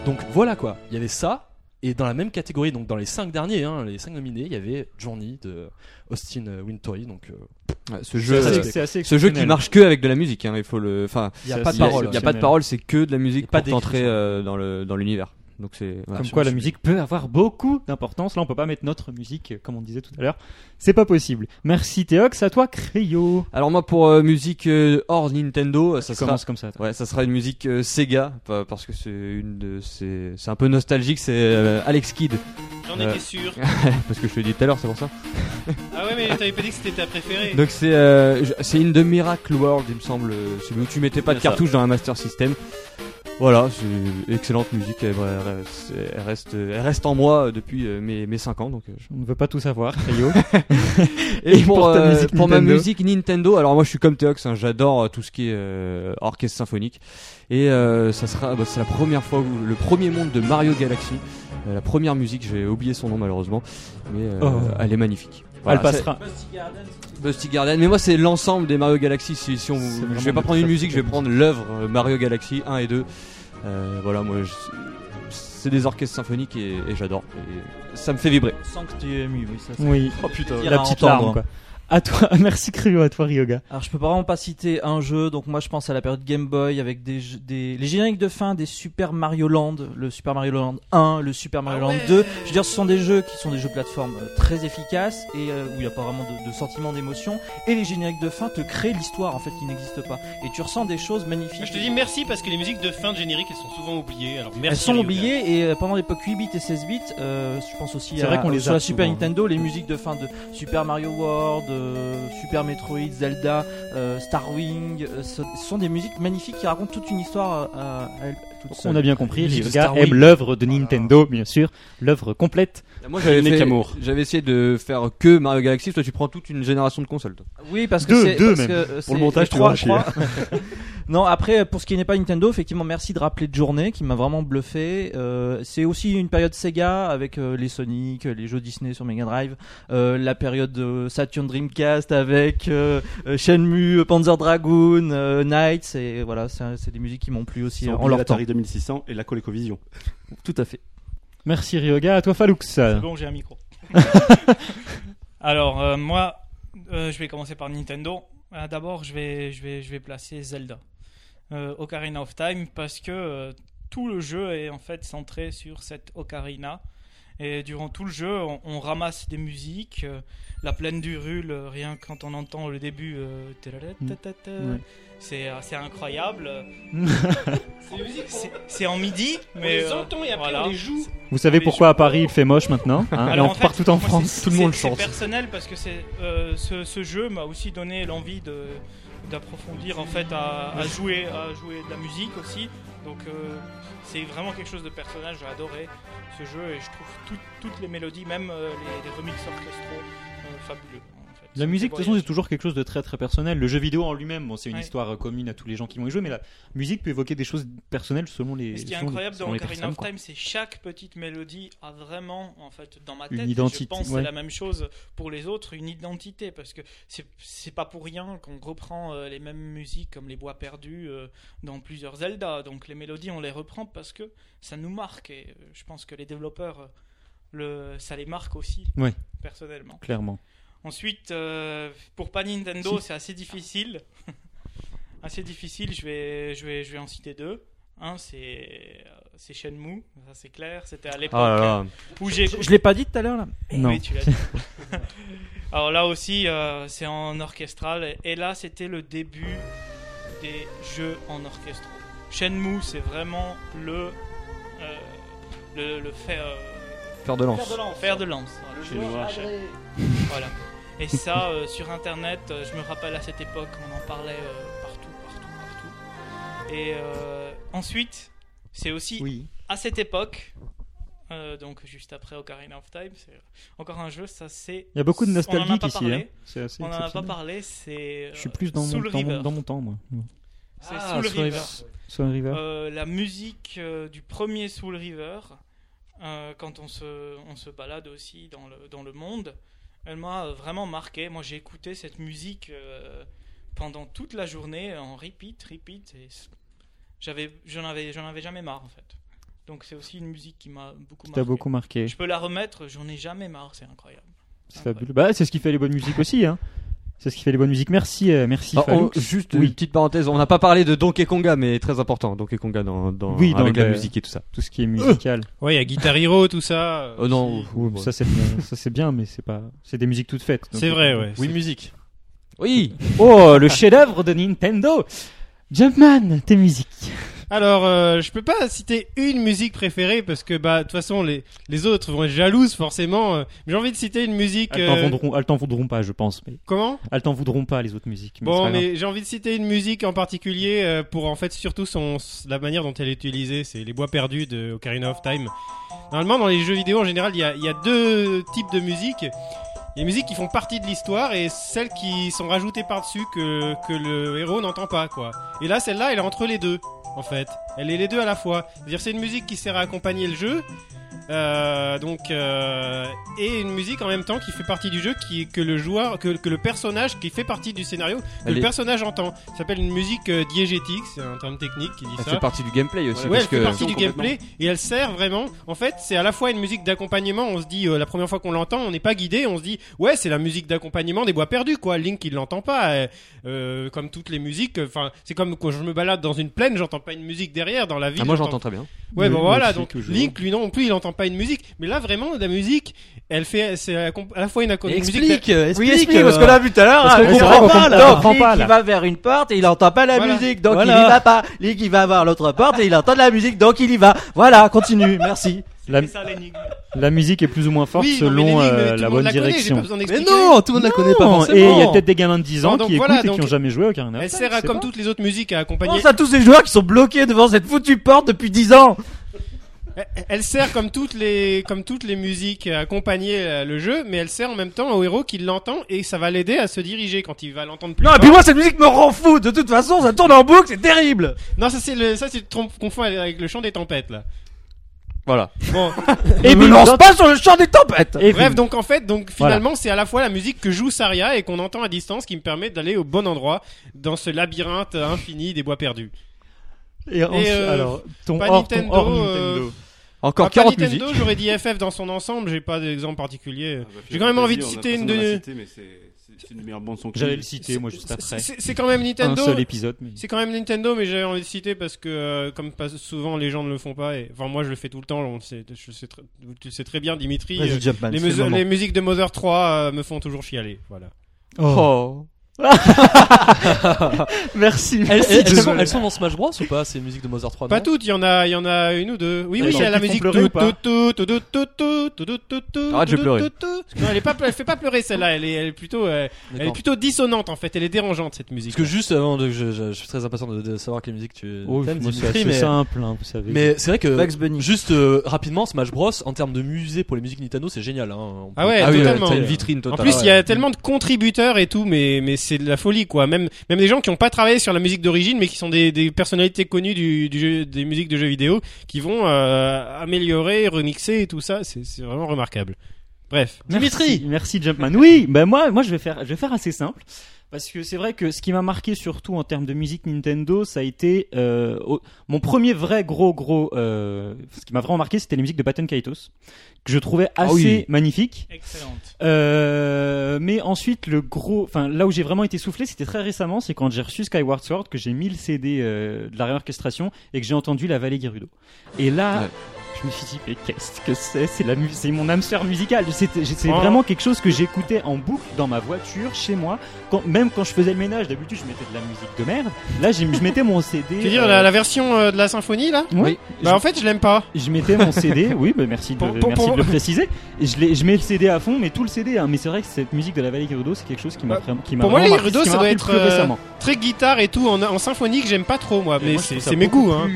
Donc voilà quoi. Il y avait ça. Et dans la même catégorie, donc dans les 5 derniers, hein, les 5 nominés, il y avait Journey de Austin Wintory. Donc euh, Ouais, C'est ce jeu. assez- euh, c'est assez Ce jeu qui exceptionnel. marche que avec de la musique, hein, il faut le. Enfin, il n'y a C'est pas assez- de il y a- parole. Il n'y a pas de parole, c'est que de la musique Pas pour t'entrer d'écriture. euh, dans le dans l'univers. Donc c'est. voilà. Comme quoi la musique peut avoir beaucoup d'importance. Là, on peut pas mettre notre musique, euh, comme on disait tout à l'heure. C'est pas possible. Merci Théox, à toi Créo. Alors moi pour euh, musique euh, hors Nintendo, euh, ça Ça sera. commence comme ça. toi. Ouais, ça sera une musique euh, Sega, pas- parce que c'est une de ces- c'est un peu nostalgique, c'est euh, Alex Kidd, J'en étais Euh. sûr. parce que je te l'ai dit tout à l'heure, c'est pour ça. Ah ouais, mais t'avais pas dit que c'était ta préférée. Donc c'est euh, je- c'est une de Miracle World, il me semble, euh, celui où tu mettais pas de Bien ça. cartouche dans un Master System. Voilà, c'est une excellente musique, elle, elle- elle- elle reste, elle reste en moi euh, depuis euh, mes, mes 5 ans. Donc, euh, je- On ne veut pas tout savoir, Créo. Et, Et pour, pour ta euh, musique pour ma Nintendo musique Nintendo, alors moi je suis comme Théox, hein, j'adore euh, tout ce qui est euh, orchestre symphonique. Et euh, ça sera, bah, c'est la première fois où le premier monde de Mario Galaxy, euh, la première musique, j'ai oublié son nom malheureusement, mais euh, Oh. elle est magnifique. Elle passera. c'est Busty Garden, mais moi c'est l'ensemble des Mario Galaxy. Si, si on, C'est je vais vraiment pas de prendre une très musique, je vais bonnes prendre l'œuvre euh, Mario Galaxy 1 et 2. Euh, voilà, moi je- c'est des orchestres symphoniques et, et j'adore. Et ça me fait vibrer. Sans que tu aies ému, oui, ça. ça- Oui. Oh putain, La petite larme. Quoi. À toi. Merci Créo, à toi Ryoga. Alors je peux vraiment pas citer un jeu, donc moi je pense à la période Game Boy avec des, jeux- des les génériques de fin des Super Mario Land, le Super Mario Land 1, le Super Mario Ah Land ouais. 2. Je veux dire, ce sont des jeux qui sont des jeux plateforme euh, très efficaces et euh, où il n'y a pas vraiment de, de sentiments d'émotion. Et les génériques de fin te créent l'histoire en fait qui n'existe pas et tu ressens des choses magnifiques. Je te dis merci parce que les musiques de fin de générique elles sont souvent oubliées. Alors merci. Elles sont Ryoga. oubliées et euh, pendant l'époque 8 bits et 16 bits, euh, je pense aussi C'est à vrai qu'on les sur la a Super souvent. hein. Nintendo, les musiques de fin de Super Mario World, euh, Super Metroid, Zelda, euh, Starwing, euh, ce ce sont des musiques magnifiques qui racontent toute une histoire à, à- à- toute On seule. a bien compris, les musique de gars Star aiment Wars. l'œuvre de Nintendo, bien sûr, l'œuvre complète. Moi j'avais Yannick fait- Amour. j'avais essayé de faire que Mario Galaxy, toi tu prends toute une génération de consoles. toi. Oui, parce que Deux- c'est deux parce même. que, euh, c'est- montage, tu trois, vas chier. trois. non, après, pour ce qui n'est pas Nintendo, effectivement, merci de rappeler de journée qui m'a vraiment bluffé. Euh, c'est aussi une période Sega avec euh, les Sonic, les jeux Disney sur Mega Drive, euh, la période de Saturn Dreamcast avec euh, euh, Shenmue, euh, Panzer Dragoon, euh, Knights, et voilà, c'est c'est des musiques qui m'ont plu aussi euh, Sans en oublier leur temps. l'Atari 2600 et la ColecoVision. Tout à fait. Merci Ryoga, à toi Falux. C'est bon, j'ai un micro. Alors, euh, moi, euh, je vais commencer par Nintendo. Euh, D'abord, je vais, je, vais, je vais placer Zelda. Euh, Ocarina of Time, parce que euh, tout le jeu est en fait centré sur cette Ocarina. Et durant tout le jeu, on, on ramasse des musiques. euh, la plaine du Rul, euh, rien que quand on entend le début, euh, tadadadadada, Mm. Ouais. c'est assez incroyable. C'est- C'est en midi, mais les euh, entend et après, voilà. on les joue. Vous savez pourquoi à Paris il fait moche maintenant hein, Alors, et en- en fait, partout en moi, France, c'est- tout le monde c'est- chante. C'est personnel parce que c'est euh, ce, ce jeu m'a aussi donné l'envie de d'approfondir en fait à, à jouer à jouer de la musique aussi. Donc euh, c'est vraiment quelque chose de personnel. J'ai adoré ce jeu et je trouve tout- toutes les mélodies, même euh, les, les remixes orchestraux, euh, fabuleux. en fait. La musique, de toute façon, c'est Voyage. toujours quelque chose de très très personnel. Le jeu vidéo en lui-même, bon, c'est une Ouais. histoire euh, commune à tous les gens qui vont y jouer, mais la musique peut évoquer des choses personnelles selon les. Et ce qui est selon les- incroyable dans selon les Ocarina personnes, of quoi. Time, c'est chaque petite mélodie a vraiment, en fait, dans ma Une tête, identité, je pense que ouais. c'est la même chose pour les autres, une identité, parce que c'est- c'est pas pour rien qu'on reprend euh, les mêmes musiques comme les bois perdus euh, dans plusieurs Zelda. Donc les mélodies, on les reprend parce que ça nous marque, et euh, je pense que les développeurs, euh, le, ça les marque aussi, Ouais. personnellement. Clairement. Ensuite, euh, pour pas Nintendo, c'est assez difficile. assez difficile, je vais, je, vais, je vais en citer deux. Un, c'est euh, c'est Shenmue, ça c'est clair. C'était Ah à l'époque où j'ai. Je, je l'ai pas dit tout à l'heure là. Non. Oui, tu l'as dit. Alors là aussi, euh, c'est en orchestral. Et là, c'était le début des jeux en orchestre. Shenmue, c'est vraiment le. euh, le, le fait, euh, Faire de lance. Fer de lance. Le joueur adré. Voilà. Et ça, euh, sur Internet, euh, je me rappelle à cette époque, on en parlait euh, partout, partout, partout. Et euh, ensuite, c'est aussi Oui. à cette époque, euh, donc juste après Ocarina of Time, c'est encore un jeu, ça c'est... Il y a beaucoup de on en a pas nostalgique ici. parlé. hein. C'est assez On n'en a pas exceptionnel. parlé, c'est... euh, Je suis plus dans mon, Soul dans mon- River. dans mon temps, moi. C'est Ah, Soul Soul River. River. Soul River. Euh, la musique euh, du premier Soul River, euh, quand on se, on se balade aussi dans le, dans le monde, elle m'a euh, vraiment marqué. Moi, j'ai écouté cette musique euh, pendant toute la journée en repeat, repeat, et c- j'avais, j'en avais, j'en avais jamais marre en fait. Donc, c'est aussi une musique qui m'a beaucoup T'as marqué. beaucoup marqué. Je peux la remettre, j'en ai jamais marre, c'est incroyable. Ah, C'est fabuleux. Bah, c'est ce qui fait les bonnes musiques aussi. Hein. C'est ce qui fait les bonnes musiques. Merci, euh, merci. Ah, Falloux. oh, juste Oui. une petite parenthèse, on n'a pas parlé de Donkey Konga, mais très important. Donkey Konga dans, dans, Oui, dans avec la le- musique et tout ça. Tout ce euh, qui est musical. Ouais, il y a Guitar Hero, tout ça. euh, Oh non, oui, bon. Ça c'est bien, ça c'est bien, mais c'est pas, c'est des musiques toutes faites. donc- C'est vrai, ouais. Oui, musique. oui. Oh, le chef-d'œuvre de Nintendo. Jumpman, tes musiques. Alors, euh, je peux pas citer une musique préférée parce que bah de toute façon les les autres vont être jalouses forcément. euh, Mais j'ai envie de citer une musique. Elles t'en euh, voudront, elles t'en voudront pas, je pense. Mais Comment elles t'en voudront pas les autres musiques. mais c'est Bon, pas grave. mais j'ai envie de citer une musique en particulier euh, pour en fait surtout son la manière dont elle est utilisée. C'est les bois perdus de Ocarina of Time. Normalement, dans les jeux vidéo en général, il y a, il y a deux types de musique. Il y a des musiques qui font partie de l'histoire et celles qui sont rajoutées par-dessus que, que le héros n'entend pas, quoi. Et là, celle-là, elle est entre les deux, en fait. Elle est les deux à la fois. C'est-à-dire, c'est une musique qui sert à accompagner le jeu, euh, donc euh, et une musique en même temps qui fait partie du jeu, qui que le joueur, que, que le personnage qui fait partie du scénario, que Elle le est- personnage entend. Ça s'appelle une musique euh, diégétique, c'est un terme technique qui dit Elle ça. fait partie du gameplay aussi. Ouais, elle parce fait que... partie du Complètement. gameplay et elle sert vraiment. En fait, c'est à la fois une musique d'accompagnement. On se dit euh, la première fois qu'on l'entend, on n'est pas guidé. On se dit ouais, c'est la musique d'accompagnement des bois perdus quoi. Link il l'entend pas. euh, euh, comme toutes les musiques. Enfin, c'est comme quand je me balade dans une plaine, j'entends pas une musique derrière dans la ville. Ah, moi j'entends très bien. Ouais, Oui, bon moi voilà, aussi, donc toujours. Link, lui non plus, il entend pas une musique. Mais là, vraiment, la musique, elle fait, c'est à la comp- à la fois une, acco- une musique. d'a- Explique, euh, explique. vu tout à l'heure, hein, on mais c'est comprend vrai qu'on pas, comprend là. Donc, pas, Link, là. il va vers une porte et il entend pas la Voilà. musique, donc Voilà. il y va pas. Link, il va vers l'autre porte et il entend de la musique, donc il y va. Voilà, continue, merci. La, C'est ça l'énigme. la musique est plus ou moins forte Oui, non, selon mais l'énigme, euh, tout le la monde bonne connaît, j'ai direction. pas besoin Mais d'expliquer. non, tout le monde la connaît pas Non, forcément. hein. et il y a peut-être des gamins de 10 ans Non, donc qui voilà, écoutent et donc- qui n'ont jamais joué hein. au Carina. Elle sert à, comme toutes les autres musiques à accompagner. Pense à tous ces joueurs qui sont bloqués devant cette foutue porte depuis 10 ans. Elle- Elle sert comme toutes les comme toutes les musiques à accompagner euh, le jeu, mais elle sert en même temps au héros qui l'entend et ça va l'aider à se diriger quand il va l'entendre plus. Non, et fort. puis moi, cette musique me rend fou. De toute façon, ça tourne en boucle, c'est terrible. non ça c'est le ça tu te trompes- confonds avec le chant des tempêtes là. Voilà. Bon, Et Et me lance pas sur le champ des tempêtes. Et bref bim. donc en fait donc Voilà. finalement c'est à la fois la musique que joue Saria et qu'on entend à distance qui me permet d'aller au bon endroit dans ce labyrinthe infini des bois perdus. Et ensuite- euh, alors, ton pas hors, ton Nintendo, hors euh, Nintendo. Encore Ah, pas 40 Nintendo, musiques. j'aurais dit FF dans son ensemble, j'ai pas d'exemple particulier. Ah, bah, J'ai quand même envie de citer une de- C'est une meilleure bande son. J'allais le citer, moi, juste après. C'est- C'est quand même Un Nintendo. seul épisode. mais- C'est quand même Nintendo, mais j'avais envie de citer parce que, euh, comme pas souvent, les gens ne le font pas. Et, enfin, moi, je le fais tout le temps. On sait, je sais très- tu le sais très bien, Dimitri. euh, les, musu- les musiques de Mother 3 euh, me font toujours chialer. Voilà. Ah Oh. Merci. Elles, merci, elles- elles sont, désolé. elles sont dans Smash Bros ou pas ces musiques de Mozart 3 Pas non toutes, il y en a, il y en a une ou deux. Oui, Eh Elles ben, oui, sont il y a la toutes musique. pleurées ou pas tout, tout, tout, tout, tout, tout, tout, tout, tout, Arrête, je vais tout, pleurer. tout, tout. Non, elle est pas, elle fait pas pleurer celle-là. Elle est, elle est plutôt, euh, elle est D'accord. plutôt dissonante en fait. Elle est dérangeante cette musique. Parce que juste avant, de, je, je- je suis très impatient de, de savoir quelle musique tu Oh, t'aimes, moi, c'est Dimitri, assez mais, simple, hein, vous savez. mais c'est vrai que Bugs Bunny. juste euh, rapidement, Smash Bros en termes de musée pour les musiques Nintendo, c'est génial. Hein. On Ah ouais, Ah oui, euh, totalement. t'as une vitrine En totale. plus, il y Ouais. a tellement de contributeurs et tout, mais, mais c'est de la folie, quoi. Même, même des gens qui n'ont pas travaillé sur la musique d'origine, mais qui sont des, des personnalités connues du, du jeu, des musiques de jeux vidéo, qui vont euh, améliorer, remixer et tout ça. C'est c'est vraiment remarquable. Bref. Dimitri Merci Jumpman. Oui, ben moi, moi je, vais faire, je vais faire assez simple. Parce que c'est vrai que ce qui m'a marqué surtout en termes de musique Nintendo, ça a été euh, au- mon premier vrai gros gros. euh, ce qui m'a vraiment marqué, c'était les musiques de Baton Kaitos, que je trouvais assez oui. magnifiques. Excellente. Euh, mais ensuite, le gros, enfin là où j'ai vraiment été soufflé, c'était très récemment, c'est quand j'ai reçu Skyward Sword, que j'ai mis le CD euh, de la réorchestration et que j'ai entendu la vallée Gerudo. Et là, Ouais. je me suis dit, mais qu'est-ce que c'est C'est la mu- c'est mon âme sœur musicale. C'était- C'est Oh. vraiment quelque chose que j'écoutais en boucle dans ma voiture, chez moi, quand, même quand je faisais le ménage. D'habitude, je mettais de la musique de merde. Là, j'ai- je mettais mon CD. Tu veux dire euh, la, la version euh, de la symphonie là oui, Bah en fait, je l'aime pas. je mettais mon CD, oui, bah merci, de, Pour- pour- merci pour- de le préciser. Et je, l'ai- je mets le CD à fond, mais tout le CD. hein. Mais c'est vrai que cette musique de la vallée Gerudo, c'est quelque chose qui m'a Bah, vraiment. Qui m'a pour moi, vraiment les marqué, Gerudo, qui m'a ça doit marqué le être, plus euh, récemment. Très guitare et tout en, en symphonie que j'aime pas trop moi, mais moi, je c'est trouve ça c'est mes goûts. Hein.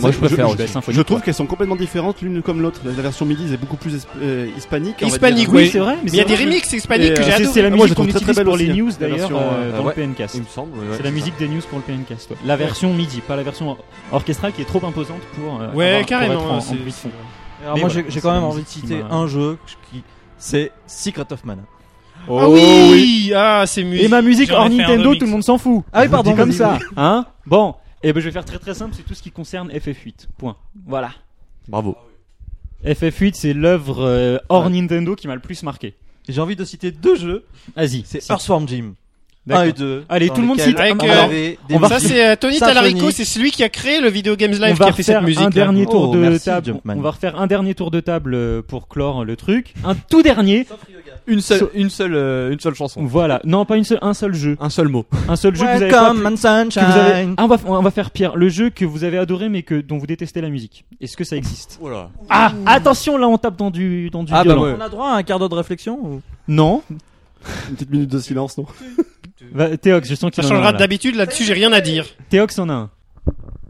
Moi, je préfère Je, aussi. Je trouve qu'elles sont complètement différentes l'une comme l'autre. La la version midi est beaucoup plus es- euh, hispanique. on va Hispanique, dire. oui, ouais. c'est vrai. Mais Mais il y a c'est des vrai, remixes hispaniques Et, que je- euh, j'ai C'est adoré. c'est la Moi, musique je qu'on trouve très, très utilise belle pour les aussi, hein. news la d'ailleurs version, euh, euh, dans le ouais. PNcast. Il me semble. ouais, C'est la ça. musique des news pour le PNcast. ouais. La version MIDI, pas la version or- orchestrale qui est trop imposante pour. euh, avoir- Ouais, pour être en- carrément. en c'est- bruit de c'est- fond. Alors Mais moi, voilà, j'ai- j'ai c'est quand même la envie de musique qui citer m'a- un jeu qui, c'est Secret of Mana. Ah oui, ah c'est musique. Oh, Et ma musique J'en ai hors fait un Nintendo, remix. tout le monde s'en fout. Je Ah oui, vous le pardon, dis comme vas-y, ça, vas-y. hein Bon, et ben je vais faire très très simple, c'est tout ce qui concerne FF8. Point. Voilà. Bravo. FF8, c'est l'œuvre euh, hors Nintendo qui m'a le plus marqué. Et J'ai envie de citer deux jeux. Vas-y. C'est Si. Earthworm Jim. D'accord. 1 et 2. Allez, tout le monde cite. Avec, un- euh, alors, on va Ça c'est euh, Tony Symphonique. Talarico, c'est celui qui a créé le Video Games on Live qui va a fait cette refaire musique. un dernier Oh, tour de merci, table. Jumpman. On va refaire un dernier tour de table euh, pour clore le truc. Un tout dernier. Une seule, So- une seule, euh, une seule chanson. Voilà. Non, pas une seule, un seul jeu. Un seul mot. Un seul jeu que vous avez pas pu- Welcome and que vous avez- sunshine. Ah, on, va, on va faire pire. Le jeu que vous avez adoré mais que dont vous détestez la musique. Est-ce que ça existe Voilà. Ah, attention là, on tape dans du dans du Ah, bah violent. ouais. On a droit à un quart d'heure de réflexion ou- Non. Une petite minute de silence, non Va- Théox, je sens qu'il en Ça a un, changera là. d'habitude là-dessus, j'ai rien à dire. Théox en a un.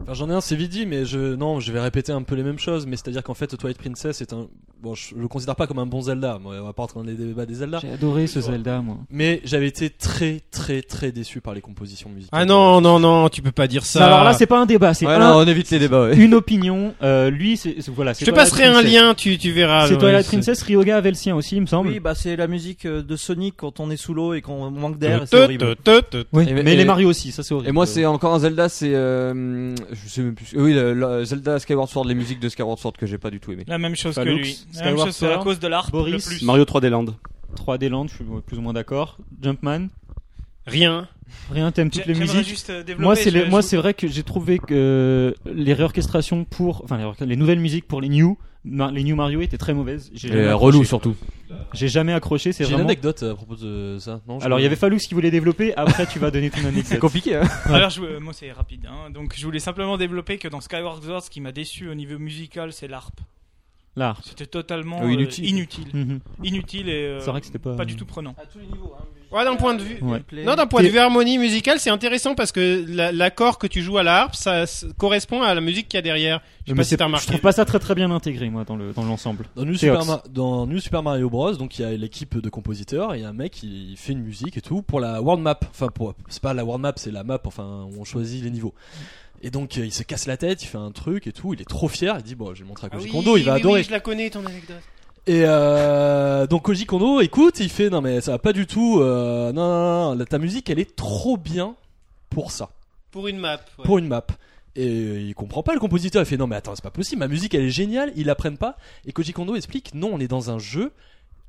Enfin, J'en ai un, c'est Vidi, mais je non, je vais répéter un peu les mêmes choses, mais c'est-à-dire qu'en fait, Twilight Princess est un bon, je, je le considère pas comme un bon Zelda. Moi, on va pas rentrer dans les débats des Zelda, J'ai adoré ce Zelda, moi. mais j'avais été très, très, très déçu par les compositions musicales. Ah, Ah non, non, non, tu peux pas dire ça. Alors là, c'est pas un débat, c'est Ouais, un- non, on évite les débats. ouais. une opinion. Euh, lui, c'est c'est- voilà. je te passerai un lien, euh, tu, tu verras. C'est ouais, Twilight c'est- Princess, Ryoga avait le sien aussi, il me semble. Oui, bah c'est la musique euh, de Sonic quand on est sous l'eau et qu'on manque d'air. et C'est Te- te- horrible. te- te- Oui, Et- mais et- les Mario aussi, ça c'est horrible. Et moi, c'est encore un Zelda, c'est. euh, je sais même plus. euh, Oui, le- le Zelda Skyward Sword, les musiques de Skyward Sword que j'ai pas du tout aimé. La même chose que Falux, lui. La même Skyward chose, c'est à Sword, cause de l'art. Le Boris, plus. Mario 3D Land. 3D Land, je suis plus ou moins d'accord. Jumpman, Rien. rien, t'aimes J'ai- toutes les j'aimerais musiques. juste, euh, développer, Moi, c'est les- je- moi, je- c'est vrai que j'ai trouvé que euh, les réorchestrations pour, enfin, les, réorchestra- les nouvelles musiques pour les New, Mar- les New Mario étaient très mauvaises. J'ai Et, jamais euh, accroché. relou surtout. J'ai jamais accroché, c'est J'ai une vraiment. anecdote euh, à propos de ça. Non, je- Alors, il y avait Falux qui voulait développer. Après, tu vas donner ton C'est anecdote. compliqué, hein. Alors, je, euh, moi, c'est rapide. hein. Donc, je voulais simplement développer que dans Skyward Sword, ce qui m'a déçu au niveau musical, c'est l'harpe. L'art. C'était totalement Ou euh, inutile. inutile. Mhm. Inutile et euh, C'est vrai que c'était pas. Ah, pas du tout prenant. À tous les niveaux. hein. Ouais, d'un point de vue. Ouais. Non, d'un point de T'es- vue harmonie musicale, c'est intéressant parce que la- l'accord que tu joues à la harpe, ça s- correspond à la musique qu'il y a derrière. Je sais Mais pas c'est- si t'as Je remarqué. trouve pas ça très très bien intégré, moi, dans le dans l'ensemble. Dans New, Théox. Super Ma- dans New Super Mario Bros, donc il y a l'équipe de compositeurs, il y a un mec qui fait une musique et tout pour la world map. Enfin, pour, c'est pas la world map, c'est la map. Enfin, où on choisit les niveaux. Et donc euh, il se casse la tête, il fait un truc et tout. Il est trop fier. Il dit bon, j'ai montré à Ah Koji oui, Kondo, il va oui, adorer. oui, je la connais ton anecdote. Et euh, donc Koji Kondo écoute, il fait non mais ça va pas du tout. euh, non, non, non, non, ta musique elle est trop bien pour ça, Pour une map. ouais. pour une map. Et euh, il comprend pas le compositeur, il fait non mais attends c'est pas possible, ma musique elle est géniale, ils l'apprennent pas. Et Koji Kondo explique non on est dans un jeu,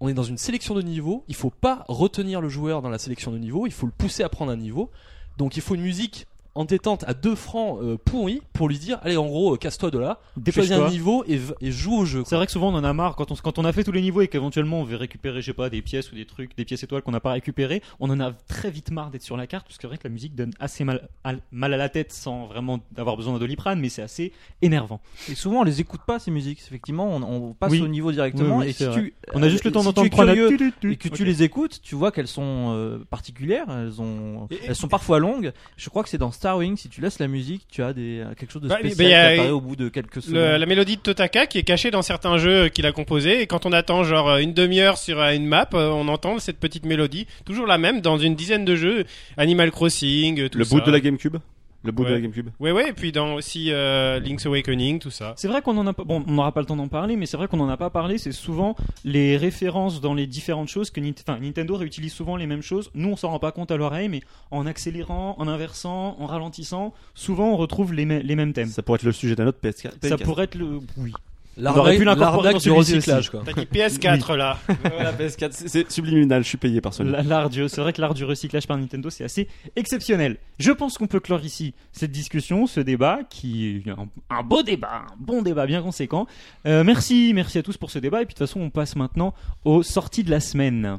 on est dans une sélection de niveaux, il faut pas retenir le joueur dans la sélection de niveaux, il faut le pousser à prendre un niveau. Donc il faut une musique entêtante à deux francs euh, pourrie pour lui dire allez en gros euh, casse-toi de là, choisis un Dépêche-toi. niveau et, v- et joue au jeu. quoi. C'est vrai que souvent on en a marre quand on, s- quand on a fait tous les niveaux et qu'éventuellement on veut récupérer, je sais pas, des pièces ou des trucs, des pièces étoiles qu'on n'a pas récupérées, on en a très vite marre d'être sur la carte parce que c'est vrai que la musique donne assez mal à, mal à la tête sans vraiment avoir besoin d'un doliprane, mais c'est assez énervant. Et souvent, on les écoute pas ces musiques. Effectivement, on, on passe Oui. au niveau directement. Oui, oui, et c'est si tu, On a juste euh, le temps si d'entendre tu es prendre la curieux tu- tu- tu- et que Ok. tu les écoutes, tu vois qu'elles sont euh, particulières. Elles ont, Et- et- elles sont parfois longues. Je crois que c'est dans Star Wing. Si tu laisses la musique, tu as des euh, quelque chose de Bah, mais- spécial mais il y a- qui apparaît au bout de quelques secondes. Le- la mélodie de Totaka qui est cachée dans certains jeux qu'il a composés et quand on attend genre euh, une demi-heure sur euh, une map, euh, on entend cette petite mélodie, toujours la même dans une dizaine de jeux, Animal Crossing, euh, tout Le ça. bout de la GameCube. Le bout de Ouais. la GameCube. Ouais ouais, et puis dans aussi euh, Link's Awakening, tout ça. C'est vrai qu'on en a pas, bon, on n'aura pas le temps d'en parler, mais c'est vrai qu'on n'en a pas parlé. C'est souvent les références dans les différentes choses que Nint- enfin, Nintendo réutilise souvent les mêmes choses. Nous, on s'en rend pas compte à l'oreille, mais en accélérant, en inversant, en ralentissant, souvent on retrouve les, mê- les mêmes thèmes. Ça pourrait être le sujet d'un autre PS4. Ça pourrait être le, oui. On aurait L'arnaque pu l'incorporer dans l'arnaque du celui-ci aussi. recyclage quoi. T'as dit PS4 là. la PS4. C'est- C'est subliminal, je suis payé par Sony. La- L'art du, c'est vrai que l'art du recyclage par Nintendo, c'est assez exceptionnel. Je pense qu'on peut clore ici cette discussion, ce débat, qui est un, un beau débat, un bon débat bien conséquent. Euh, merci, merci à tous pour ce débat. Et puis de toute façon, on passe maintenant aux sorties de la semaine.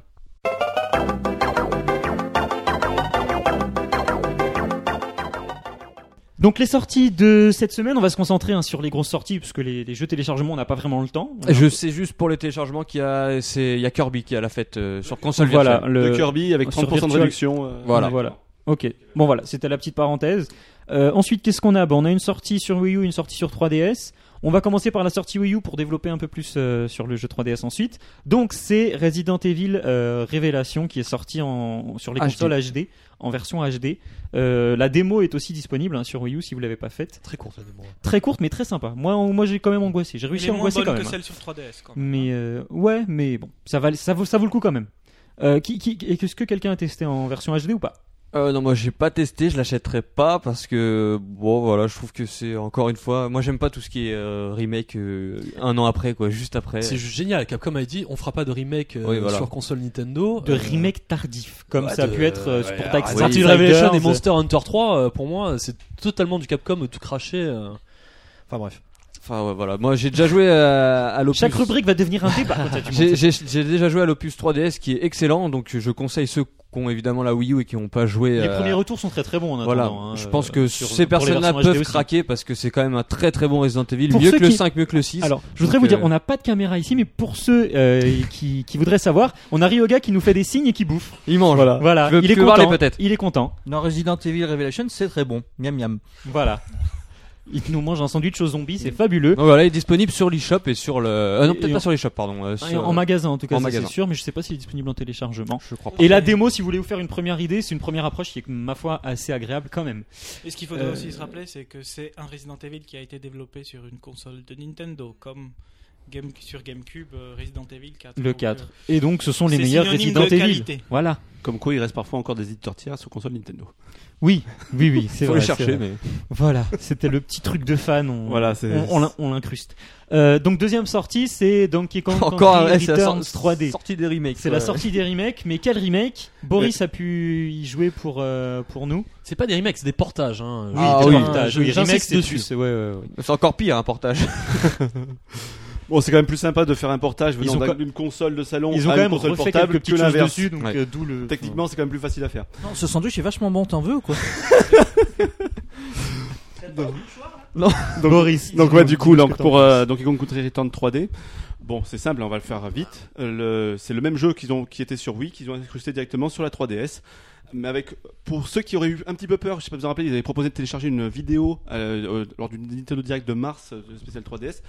Donc les sorties de cette semaine, on va se concentrer hein, sur les grosses sorties, puisque les, les jeux téléchargement, on n'a pas vraiment le temps. On a- Je sais juste pour le téléchargement qu'il y a, c'est, il y a Kirby qui a la fête euh, sur console voilà, virtuelle. le, De Kirby avec sur 30% de Virtual- réduction. euh, Voilà. Ok. Bon voilà, c'était la petite parenthèse. Euh, ensuite, qu'est-ce qu'on a Bah, On a une sortie sur Wii U, une sortie sur 3DS. On va commencer par la sortie Wii U pour développer un peu plus euh, sur le jeu 3DS ensuite. Donc c'est Resident Evil euh, Révélation qui est sorti en, sur les HD. consoles HD, en version HD. Euh, la démo est aussi disponible hein, sur Wii U si vous l'avez pas faite. Très court, ça, démo. Très courte mais très sympa. Moi, on- moi j'ai quand même angoissé. J'ai hein. Elle réussi est à moins angoisser bonne quand que même. hein. celle sur 3DS. Quand même. Mais euh, ouais, mais bon, ça, va, ça, vaut, ça vaut le coup quand même. Euh, qui, qui, Est-ce que quelqu'un a testé en version HD ou pas Euh, non, moi j'ai pas testé, je l'achèterai pas parce que bon voilà, je trouve que c'est encore une fois, moi j'aime pas tout ce qui est euh, remake euh, un an après quoi, juste après. C'est juste génial. Capcom a dit on fera pas de remake euh, Oui, voilà. sur console Nintendo. de Euh, remake tardif, comme ouais, ça a de- pu être euh, ouais, pour alors, Tax Taxi Resident Evil Siders, Revelation euh, et Monster Hunter 3, euh, pour moi, c'est totalement du Capcom euh, tout craché. euh. Enfin bref. Enfin ouais, voilà, moi j'ai déjà joué à, à l'opus. Chaque rubrique va devenir un débat. quand tu J'ai montes. j'ai- j'ai déjà joué à l'opus 3DS qui est excellent, donc je conseille ceux qui ont évidemment la Wii U et qui n'ont pas joué. Les euh, premiers retours sont très très bons. En voilà, attendant, hein, je euh, pense que sur- ces pour les personnes-là versions HD peuvent aussi. craquer parce que c'est quand même un très très bon Resident Evil, Pour mieux ceux que le qui- 5, mieux que le 6. Alors, je voudrais vous Donc, dire, euh, on n'a pas de caméra ici, mais pour ceux euh, qui, qui voudraient savoir, on a Ryoga qui nous fait des signes et qui bouffe. il mange. Voilà. Voilà, Je veux il est plus parler, content. peut-être. Il est content. Dans Resident Evil Revelation, c'est très bon. Miam miam. Voilà. Il nous mange un sandwich aux zombies, c'est fabuleux. Donc voilà, bah il est disponible sur l'eShop et sur le. Ah non, Et Ah, peut-être en- pas sur l'eShop, pardon. euh, Et sur- En magasin en tout cas, En ça, c'est magasin. sûr, mais je sais pas s'il est disponible en téléchargement. Je crois pas. Et la démo, si vous voulez vous faire une première idée, c'est une première approche qui est, ma foi, assez agréable quand même. Et ce qu'il faudrait Euh, aussi se rappeler, c'est que c'est un Resident Evil qui a été développé sur une console de Nintendo, comme Game, sur GameCube, euh, Resident Evil 4. Le Donc, euh, 4. Et donc, ce sont les c'est meilleurs synonyme Resident de Evil. qualité. Voilà. Comme quoi, il reste parfois encore des éditeurs tiers sur console Nintendo. Oui, oui, oui, c'est Faut vrai. le c'est chercher, vrai. mais. Voilà, c'était le petit truc de fan. On, Voilà, c'est- on, on l'in- on l'incruste. Euh, donc deuxième sortie, c'est Donkey Kong Encore un Country ouais, c'est la Returns sor- 3D. sortie des remakes. C'est ouais. la sortie des remakes, mais quel remake Boris a pu y jouer pour euh, pour nous. C'est pas des remakes, c'est des portages. Hein. Oui, Ah, Je- oui. je- portage, oui, remake j'insiste c'est dessus. plus- ouais, ouais, ouais. C'est encore pire, un portage. Bon, c'est quand même plus sympa de faire un portage Ils venant ont d'un- quand- d'une console de salon Ils ont à quand une même console refait quelques portable que petites choses l'inverse. dessus, donc Ouais. euh, d'où le. Techniquement, c'est quand même plus facile à faire. Non, ce sandwich est vachement bon. T'en veux ou quoi Donc, Boris. Donc Dis-nous, ouais, du coup, dis-nous ce donc que pour t'en euh, Donkey Kong Country Return 3D, bon, c'est simple, on va le faire vite. Euh, le- c'est le même jeu qu'ils ont, qui était sur Wii, qu'ils ont incrusté directement sur la 3DS. Mais avec, pour ceux qui auraient eu un petit peu peur, je sais pas si vous vous rappelez, ils avaient proposé de télécharger une vidéo euh, euh, lors du Nintendo Direct de mars, euh, spécial 3DS.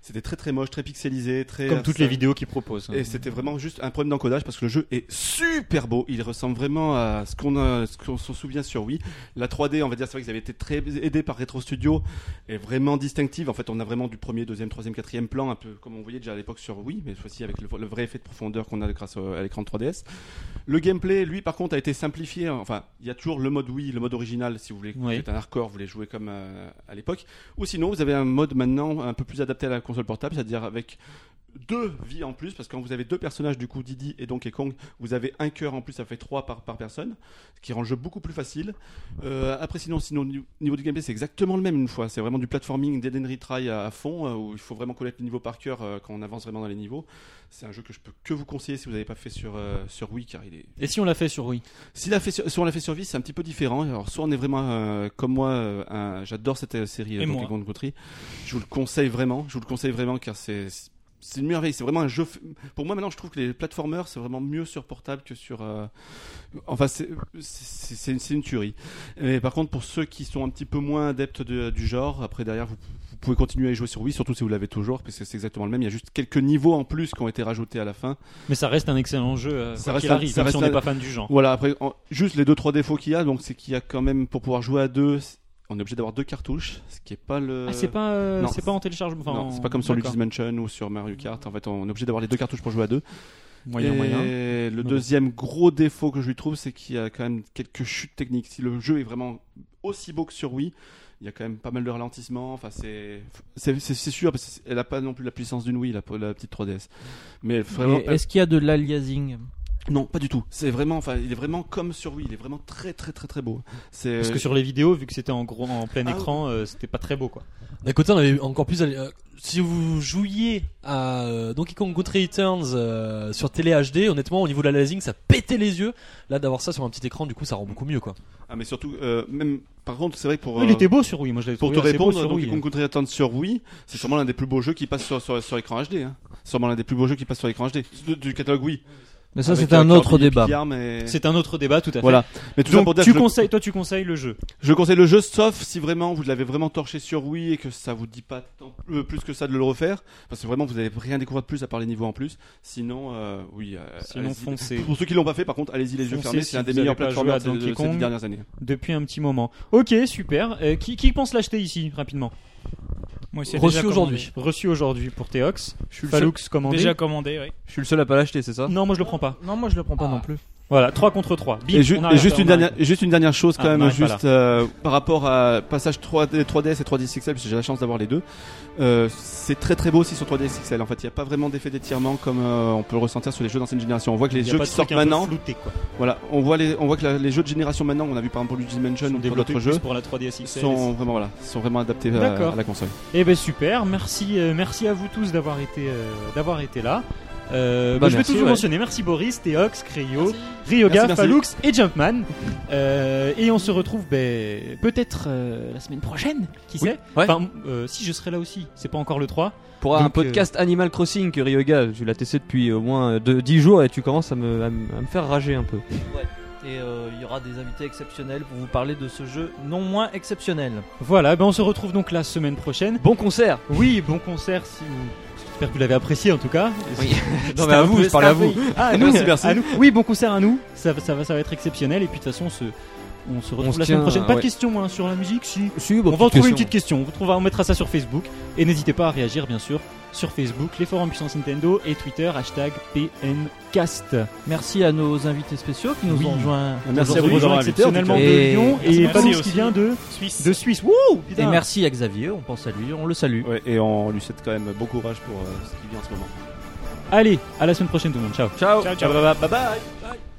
C'était très très moche, très pixelisé, très euh, Comme toutes les vidéos vidéos qu'ils proposent. et c'était vraiment juste un problème d'encodage parce que le jeu est super beau. Il ressemble vraiment à ce qu'on a- ce qu'on s'en souvient sur Wii. La 3D, on va dire, c'est vrai qu'ils avaient été très aidés par Retro Studio et vraiment distinctive. En fait, on a vraiment du premier, deuxième, troisième, quatrième plan, un peu comme on voyait déjà à l'époque sur Wii, mais cette fois-ci avec le, le vrai effet de profondeur qu'on a grâce au- à l'écran de 3DS. Le gameplay, lui, par contre, a été simplifié. Enfin, il y a toujours le mode Wii, le mode original, si vous voulez. Oui. C'est un hardcore, vous voulez jouer comme euh, à l'époque. Ou sinon, vous avez un mode maintenant un peu plus adapté à la console portable, c'est-à-dire avec deux vies en plus, parce que quand vous avez deux personnages, du coup, Didi et Donkey Kong, vous avez un cœur en plus, ça fait trois par, par personne, ce qui rend le jeu beaucoup plus facile. Euh, après, sinon, sinon, ni- niveau du gameplay, c'est exactement le même une fois. C'est vraiment du platforming, dead and retry à, à fond, euh, où il faut vraiment connaître le niveau par cœur euh, quand on avance vraiment dans les niveaux. C'est un jeu que je peux que vous conseiller si vous n'avez pas fait sur, euh, sur Wii, car il est Et si on l'a fait sur Wii si, la fait sur, si on la fait sur vie, c'est un petit peu différent. Alors, soit on est vraiment euh, comme moi, euh, un- j'adore cette euh, série euh, Et Donkey moi. Kong Country. Je vous le conseille vraiment. Je vous le conseille vraiment car c'est c'est une merveille. C'est vraiment un jeu. f- Pour moi maintenant, je trouve que les platformers c'est vraiment mieux sur portable que sur. euh, Enfin, c'est c'est- c'est une, c'est une tuerie. Mais par contre, pour ceux qui sont un petit peu moins adeptes de- du genre, après derrière vous. vous pouvez continuer à y jouer sur Wii, surtout si vous l'avez toujours, parce que c'est exactement le même. Il y a juste quelques niveaux en plus qui ont été rajoutés à la fin. Mais ça reste un excellent jeu. euh, Ça quoi reste qu'il un- arrive, ça même si reste on n'est pas un- fan du genre. Voilà, après, en- juste les deux trois défauts qu'il y a, donc c'est qu'il y a quand même, pour pouvoir jouer à deux, c- on est obligé d'avoir deux cartouches, ce qui est pas le. Ah, c'est pas, euh, non. c'est pas en téléchargement. enfin, Non, en- c'est pas comme sur D'accord. Luigi's Mansion ou sur Mario Kart. En fait, on est obligé d'avoir les deux cartouches pour jouer à deux. Moyen, Et moyen. le bon. deuxième gros défaut que je lui trouve, c'est qu'il y a quand même quelques chutes techniques. Si le jeu est vraiment aussi beau que sur Wii, il y a quand même pas mal de ralentissements. Enfin, c'est c'est c'est- c'est sûr parce qu'elle a pas non plus la puissance d'une Wii, la, la petite 3DS. Mais vraiment, Et Est-ce qu'il y a de l'aliasing non, pas du tout. C'est vraiment, enfin, il est vraiment comme sur Wii. Il est vraiment très, très, très, très beau. C'est Parce que sur les vidéos, vu que c'était en gros en plein Ah, écran, euh, c'était pas très beau quoi. D'un côté, on avait encore plus. allé- euh, si vous jouiez à euh, Donkey Kong Country Returns euh, sur télé HD, honnêtement, au niveau de la lasing, ça pétait les yeux. Là, d'avoir ça sur un petit écran, du coup, ça rend beaucoup mieux, quoi. Ah, mais surtout, euh, même par contre, c'est vrai que pour Oui, il euh, était beau sur Wii, moi je l'avais pour te trouvé assez beau répondre, sur donc Wii. hein. Donkey Kong Country Returns sur Wii, c'est sûrement l'un des plus beaux jeux qui passe sur sur, sur écran HD. Hein. C'est Sûrement l'un des plus beaux jeux qui passe sur écran HD du, du catalogue Wii. Mais ça, Avec, c'était un euh, Kirby, autre Lucky débat. Arm et- C'est un autre débat tout à fait. Voilà. Mais tout ça pour Donc dire tu que je- conseilles, toi tu conseilles le jeu. Je conseille le jeu, sauf si vraiment vous l'avez vraiment torché sur Wii et que ça vous dit pas tant- euh, plus que ça de le refaire, parce que vraiment vous n'allez rien découvrir de plus à part les niveaux en plus. Sinon, euh, oui. euh, Sinon allez-y. foncez Pour ceux qui l'ont pas fait, par contre, allez-y les yeux Foncez fermés. si C'est un des vous meilleurs avez pas platformers joué à de- de Donkey ces Kong. dix dernières années. depuis un petit moment. Ok, super. Euh, qui, qui pense l'acheter ici rapidement Moi, c'est Reçu déjà aujourd'hui. Reçu aujourd'hui pour Théox. Je suis, le seul, Falux commandé. Déjà commandé, oui. je suis le seul à pas l'acheter, c'est ça Non, moi je le prends pas. Ah. Non, moi je le prends pas non plus. Voilà, 3 contre 3. Et, ju- et juste, une dernière, et juste une dernière chose quand Ah, on même, arrête pas juste euh, par rapport à passage 3D, 3DS et 3DS XL, parce que j'ai la chance d'avoir les deux. Euh, c'est très très beau aussi sur 3DS XL. En fait, il n'y a pas vraiment d'effet d'étirement comme euh, on peut le ressentir sur les jeux d'ancienne génération. On voit que les Il y a jeux pas qui de sortent truc un peu maintenant, flouté, quoi. voilà, on voit les, on voit que la- les jeux de génération maintenant, on a vu par exemple Luigi's Mansion Ils sont ou pour développés d'autres plus jeux, pour la 3DS XL. sont vraiment voilà, sont vraiment adaptés à, D'accord. à la console. Eh ben super, merci, euh, merci à vous tous d'avoir été, euh, d'avoir été là. Euh, Bah, bah, je vais merci, tous vous ouais. mentionner. Merci Boris, Théox, Cryo, Ryoga, Merci, merci. Falux et Jumpman. Euh, et on se retrouve ben, peut-être euh, la semaine prochaine, qui Oui. sait Ouais. Enfin, euh, si je serai là aussi, c'est pas encore le 3. Pour un Donc, euh, podcast Animal Crossing que Ryoga, tu l'as testé depuis au moins de- 10 jours et tu commences à me, à me- à me faire rager un peu. Et euh, il y aura des invités exceptionnels pour vous parler de ce jeu non moins exceptionnel. Voilà, ben, on se retrouve donc la semaine prochaine. Bon concert Oui, bon concert si vous. J'espère que vous l'avez apprécié en tout cas. Oui. C'était mais à un vous, peu- je parle à c'était un vous. peu- Ah, à nous, Merci, merci. à nous. Oui, bon concert à nous. Ça, va- ça, va, ça va être exceptionnel. Et puis de toute façon, on se, on se retrouve se la semaine tient, prochaine. Pas de ouais. questions hein, sur la musique, si. on va en trouver une petite question. On, vous trouvera- on mettra ça sur Facebook. Et n'hésitez pas à réagir, bien sûr, sur Facebook, les forums Puissance Nintendo et Twitter, hashtag PNCast. Merci à nos invités spéciaux qui nous Oui. ont rejoints. Merci à Nous vous, rejoint Jean, exceptionnellement de Et- Lyon. Merci Et Palou aussi. qui vient de, Suisse. de Suisse. Wouh, putain. Et merci à Xavier, on pense à lui, on le salue. Ouais, et on lui souhaite quand même bon courage pour euh, ce qu'il vit en ce moment. Allez, à la semaine prochaine, tout le monde. Ciao. Ciao Ciao, ciao. Bye bye. bye, bye.